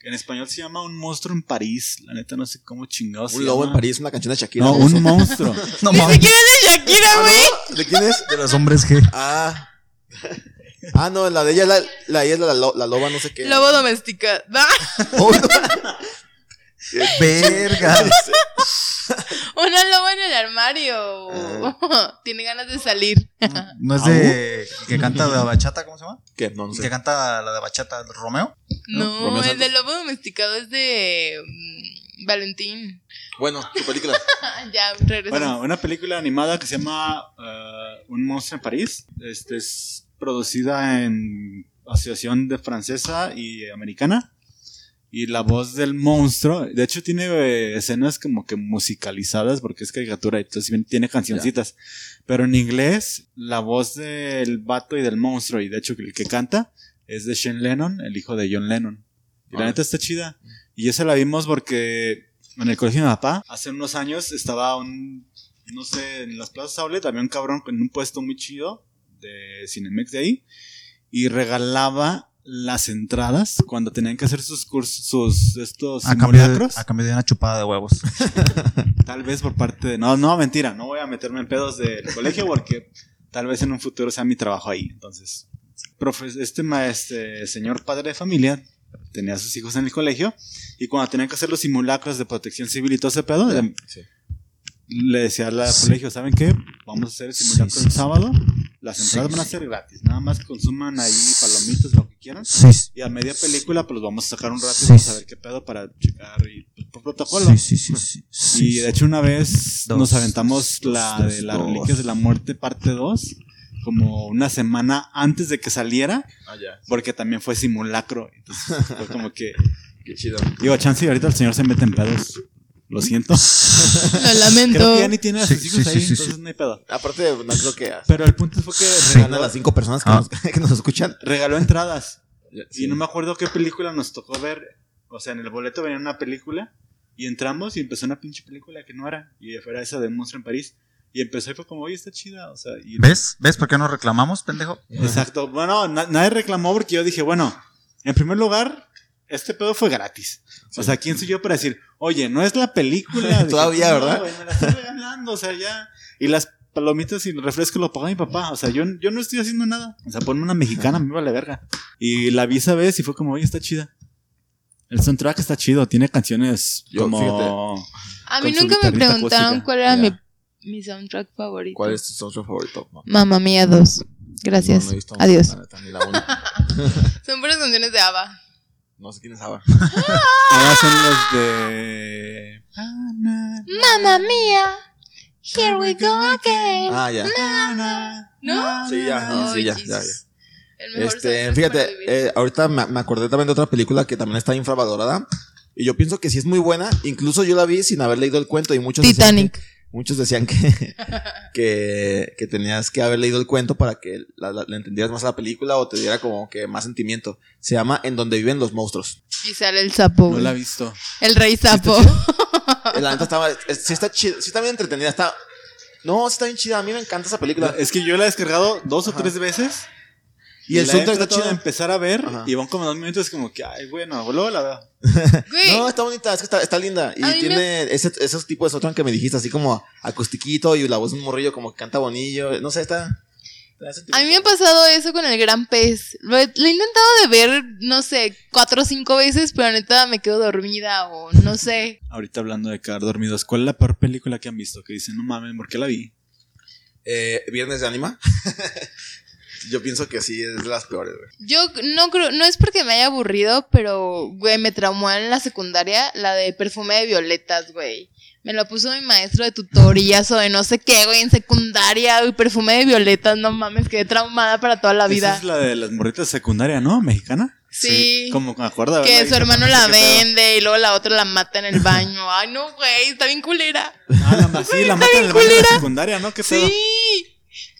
En español se llama Un monstruo en París. La neta, no sé cómo chingados. Un se lobo en llama. París, una canción de Shakira. No, un monstruo. No Ni mames. siquiera es de Ah, Shakira, güey. ¿De quién es? De los hombres G. Ah. Ah, no, la de ella es la, la, de ella es la, lo- la loba, no sé qué. Lobo domesticado. Ah, Oh, no. Verga. Una loba en el armario. Ah. Tiene ganas de salir. No es de. Que canta de la bachata, ¿cómo se llama? ¿Qué? No, no Que sé. canta la de bachata, Romeo. Ah, No, Romeo el de lobo domesticado es de mm, Valentín. Bueno, tu película. Ah, ya, regresamos. Bueno, una película animada que se llama eh, Un monstruo en París. Este es producida en asociación de francesa y americana. Y la voz del monstruo, de hecho tiene eh, escenas como que musicalizadas porque es caricatura y entonces bien tiene cancioncitas. Pero en inglés, la voz del vato y del monstruo y de hecho el que canta es de Shane Lennon, el hijo de John Lennon. Y la Ah. neta está chida. Y esa la vimos porque en el colegio de mi papá, hace unos años estaba un, no sé, en las plazas Outlet había un cabrón en un puesto muy chido de Cinemex de ahí y regalaba las entradas cuando tenían que hacer sus cursos, sus estos A cambio, de, simulacros. a cambio de una chupada de huevos. Tal vez por parte de. No, no, mentira, no voy a meterme en pedos del colegio porque tal vez en un futuro sea mi trabajo ahí. Entonces, profe- este, ma- este señor padre de familia tenía a sus hijos en el colegio y cuando tenían que hacer los simulacros de protección civil y todo ese pedo, le, le decía al colegio: ¿Saben qué? Vamos a hacer el simulacro el sábado. Las entradas van a ser gratis, nada más consuman ahí palomitas, lo que quieran. Sí, Y a media película, pues los vamos a sacar un rato Sí, y vamos sí. a ver qué pedo para checar y pues, por protocolo. sí, sí, sí, sí. Y de hecho una vez Dos, nos aventamos dos, la dos, de las dos. Reliquias de la Muerte parte 2, como una semana antes de que saliera, Ah, ya. porque también fue simulacro. Entonces fue como que... Qué chido. Digo, chance y ahorita el señor se mete en pedos. Lo siento. Lo Creo lamento. que ya ni tiene a sus Sí, hijos sí, sí, ahí, sí, entonces no hay pedo. Aparte, no creo que. Pero el punto fue que Una de regaló, las cinco personas que, Ah. nos, que nos escuchan. regaló entradas. Sí. Y no me acuerdo qué película nos tocó ver. O sea, en el boleto venía una película. Y entramos y empezó una pinche película que no era. Y fuera esa de Monstruo en París. Y empezó y fue como, oye, está chida. O sea, y- ¿Ves? ¿Ves por qué nos reclamamos, pendejo? Exacto. Bueno, na- nadie reclamó porque yo dije, bueno, en primer lugar, este pedo fue gratis. O sea, ¿quién soy yo para decir, oye, no es la película? Dije, Todavía, "No, ¿verdad?" güey, me la estoy regalando, o sea, ya. Y las palomitas y el refresco lo pagó mi papá. O sea, yo, yo no estoy haciendo nada. O sea, ponme una mexicana, me vale verga. Y la vi esa vez y fue como, oye, está chida. El soundtrack está chido, tiene canciones Yo, como... A mí con su nunca me guitarrita preguntaron acústica. cuál era Ya. mi, mi soundtrack favorito. ¿Cuál es tu soundtrack favorito? No, Mamma mía 2. Gracias. no, no he visto, Adiós. la neta, ni la una. Son puras canciones de ABBA. No sé quién es ahora. Ahora Ah, son los de... Ah, Mamma mía. Here we go again. Ah, ya. ¿No? Sí, ya. Ay, sí, ya, ya, ya. Jesus. El mejor Este, soundtrack para fíjate, vivir. eh, ahorita me, me acordé también de otra película que también está infravalorada. Y yo pienso que sí es muy buena. Incluso yo la vi sin haber leído el cuento. Y muchos decían que- Titanic. muchos decían que, que, que tenías que haber leído el cuento para que la, la- le entendieras más a la película o te diera como que más sentimiento. Se llama En donde viven los monstruos. Y sale el sapo. No güey. la he visto. El rey sapo. La neta estaba. es- sí está chida. Sí está bien entretenida. Está. No, sí está bien chida. A mí me encanta esa película. Es que yo la he descargado dos o Ajá. tres veces. Y el la he soundtrack está tratado de chido. empezar a ver Ajá. y van como dos minutos como que, ay, bueno, luego la veo. Güey, No, está bonita, es que está, está linda. Y A mí tiene ese, esos tipos de soundtrack que me dijiste, así como acustiquito y la voz de un morrillo como que canta bonillo. No sé, está. está ese tipo. a mí me ha pasado eso con el gran pez. Lo he, lo he intentado de ver, no sé, cuatro o cinco veces, pero neta me quedo dormida o no sé. Ahorita hablando de quedar dormidos, ¿cuál es la peor película que han visto? Que dicen, no mames, ¿por qué la vi? Eh, Viernes de Anima. Yo pienso que sí, es de las peores, güey. Yo no creo, no es porque me haya aburrido, pero, güey, me traumó en la secundaria la de perfume de violetas, güey. Me lo puso mi maestro de tutorías o de no sé qué, güey, en secundaria, güey, perfume de violetas, no mames, quedé traumada para toda la Esa vida. es la de las morritas de secundaria, ¿no? Mexicana. Sí. Como me acuerdo. de haberla Que su visto, hermano no sé la qué pedo. vende y luego la otra la mata en el baño. Ay, no, güey, está bien culera. Ah, la ma- sí, la matan en el baño de la secundaria, ¿no? ¿Qué pedo? Sí.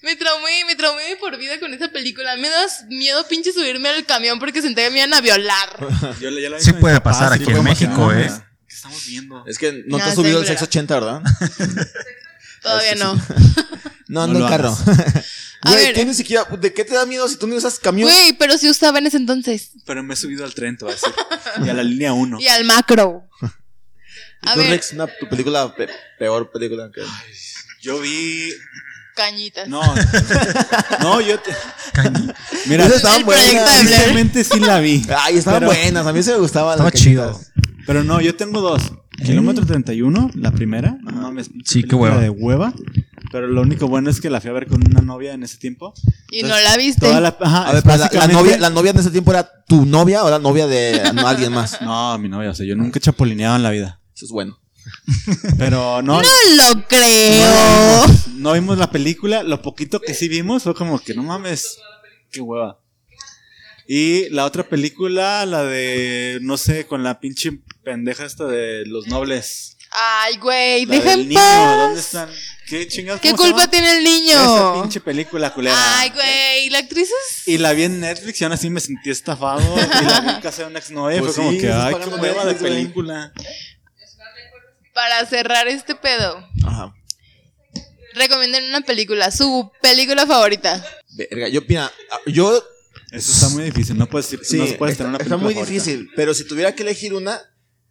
Me traumé, me traumé de por vida con esa película. Me das miedo pinche subirme al camión porque senté que me iban a violar. Yo la- ya la vi Sí con mi puede pasar aquí fue en como que, "Ah, México, no, ¿eh? mames, ¿Qué estamos viendo? Es que no No, te has está subido el culera. sexo 80, ¿verdad? Todavía no. No, No no, lo en carro. hagas. No, no, lo en carro. A Güey, ver. tú ni siquiera. ¿De qué te da miedo si tú ni usas camión? Güey, pero sí usaba en ese entonces. Pero me he subido al tren, te voy a decir. Y a la línea 1. Y al macro. A Tú, ver, Rex, una, tu película, pe- peor película que. Yo vi. cañitas. No. No, yo te. Mira, Esas estaban El proyecto de Blair. realmente sí la vi. Ay, estaban Pero- buenas. A mí se me gustaban. Estaba las chido. cañitas. Pero no, yo tengo dos. Kilómetro 31, la primera. No mames, Sí, qué película hueva. de hueva. Pero lo único bueno es que la fui a ver con una novia en ese tiempo. y no la viste. Toda la, ajá, A ver, pero la, la básicamente- novia, la novia en ese tiempo era tu novia o la novia de alguien más. No, mi novia, o sea, yo nunca he chapulineado en la vida. Eso es bueno. Pero No no, lo creo. no vimos la película. Lo poquito que sí vimos fue como que no mames, qué hueva. Y la otra película, la de, no sé, con la pinche pendeja esta de los nobles. Ay, güey, La del dejen niño, ¿dónde paz. están? ¿Qué chingados? ¿Qué cómo se culpa llama? tiene el Esa niño? pinche película, culera. Ay, güey, la actriz es. Y la vi en Netflix y aún así me sentí estafado. Y la vi en casa de un exnovia. Pues fue como sí, que, estás ay, qué pagando hueva de Netflix, güey". película. Para cerrar este pedo, Ajá. recomienden una película, su película favorita. Verga, yo opina. Yo. Eso está muy difícil. No puedes, Sí, no puedes está, tener una está película. muy favorita. difícil. Pero si tuviera que elegir una,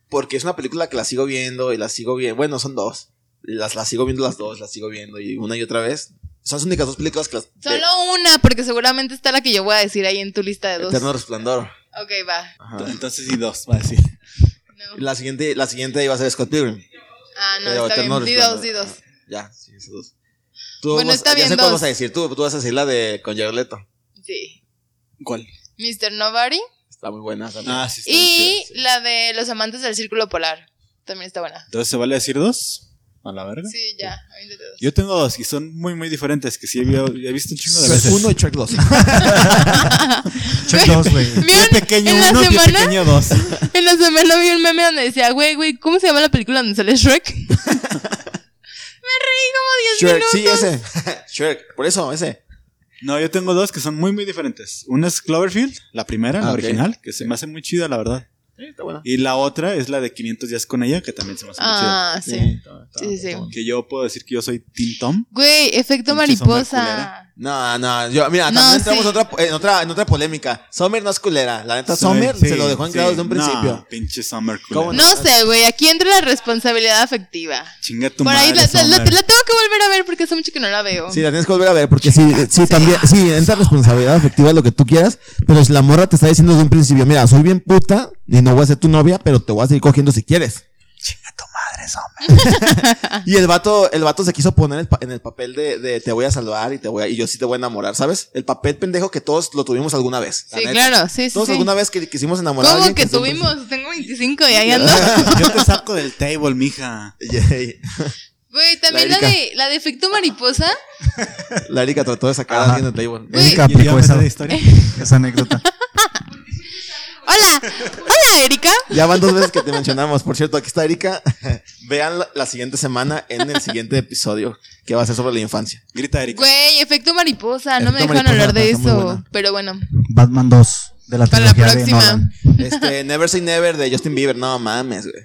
porque es una película que la sigo viendo y la sigo viendo. Bueno, son dos. Las, las sigo viendo las dos, las sigo viendo y una y otra vez. Son las únicas dos películas que las. de- Solo una, porque seguramente está la que yo voy a decir ahí en tu lista de dos. Eterno Resplandor. Ok, va. Ajá. Entonces, sí, dos, va a decir. No. La siguiente, la siguiente iba a ser Scott Pilgrim. Ah, no, Pero está Eterno bien. Di dos, Resplandor. di dos. Ya, sí, esas dos. Tú Bueno, vas- está ya bien, sé cuál dos. vas a decir. Tú, tú vas a decir la de con Jared Leto. Sí. ¿Cuál? Mr. Nobody. Está muy buena. también. Ah, sí, está Y chida, sí. la de Los Amantes del Círculo Polar. También está buena. Entonces, ¿se vale decir dos? A la verga. Sí, ya. aviéntate dos. Yo tengo dos y son muy, muy diferentes. Que sí, he, vi- he visto un chingo de Pero veces. Pues Uno y Shrek 2. Check dos, güey. ¿Vieron? Pie pequeño en la uno, pie semana, pequeño dos. en la semana vi un meme donde decía, güey, güey, ¿cómo se llama la película donde sale Shrek? Me reí como 10 Shrek, minutos. sí, ese. Shrek, por eso, ese. No, yo tengo dos que son muy, muy diferentes. Una es Cloverfield, la primera, la Ah, ok. original, que se me hace muy chida, la verdad. Sí, está buena. Y la otra es la de 500 días con ella, que también se me hace muy chida. Ah, sí. está- está- Sí, sí, sí. está buena. Que yo puedo decir que yo soy Tim Tom. Güey, efecto Pinche sombra mariposa. No, no, yo, mira, No, también entramos sí. en, otra, en, otra, en otra polémica. Sommer no es culera. La neta, Sommer Sí, se lo dejó en sí. claro desde un No, principio. pinche Summer Cool. ¿Cómo No sé, güey, aquí entra la responsabilidad afectiva. Chinga tu Por madre. ahí la, la- la- Summer. la tengo que volver a ver porque hace mucho que no la veo. Sí, la tienes que volver a ver porque sí, sí, también, sí, entra responsabilidad afectiva, lo que tú quieras, pero si la morra te está diciendo desde un principio, mira, soy bien puta y no voy a ser tu novia, pero te voy a seguir cogiendo si quieres. Chinga tu madre, hombre. y el vato, el vato se quiso poner el pa- en el papel de, de te voy a salvar y te voy a, y yo sí te voy a enamorar, ¿sabes? El papel pendejo que todos lo tuvimos alguna vez. la Sí, neta. claro, sí, sí. Todos sí. alguna vez que quisimos enamorar a ¿Cómo alguien que siempre- tuvimos? Tengo 25 y ahí ando. Yo te saco del table, mija. Yay. Güey, también la, La Erika. de, la de efecto mariposa. La Erika trató de sacar a Ajá. alguien del table. Güey. Erika Y yo aplicó me sé esa, de historia. esa anécdota. Hola, hola Erika. Ya van dos veces que te mencionamos. Por cierto, aquí está Erika. Vean la, la siguiente semana en el siguiente episodio que va a ser sobre la infancia. Grita Erika. Güey, efecto mariposa. no me Efecto dejan mariposa hablar de está muy eso. buena. Pero bueno, Batman 2 de la Para la trilogía de próxima. Nolan. Este, Never Say Never de Justin Bieber. No mames, güey.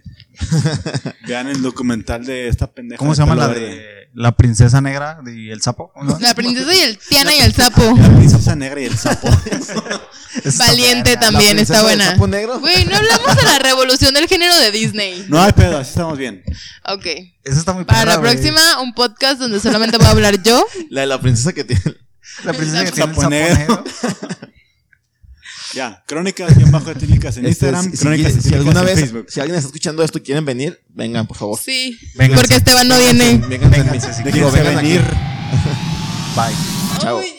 Vean el documental de esta pendeja. ¿Cómo de se llama pelo la verde. de la princesa negra y el sapo? ¿Cómo se llama? la princesa y el Tiana y el sapo. La princesa negra y el sapo. Esa Valiente verga. también La está princesa del buena. sapo negro. Güey, no hablamos de la revolución del género de Disney. No hay pedo, así estamos bien. Ok. Esa está muy Para perra, la güey. próxima, un podcast donde solamente voy a hablar yo. La de la princesa que tiene. La princesa que tiene el sapo Saponero. negro. Ya, crónicas guión bajo etílicas en Este, Instagram, si- si, crónicas si etílicas alguna en vez, Facebook. si alguien está escuchando esto y quieren venir, vengan, por favor. Sí. Vénganse. Porque Esteban no viene. Vengan, Vénganse, si Digo, quieren vengan venir. aquí. Bye. Chao. Ay.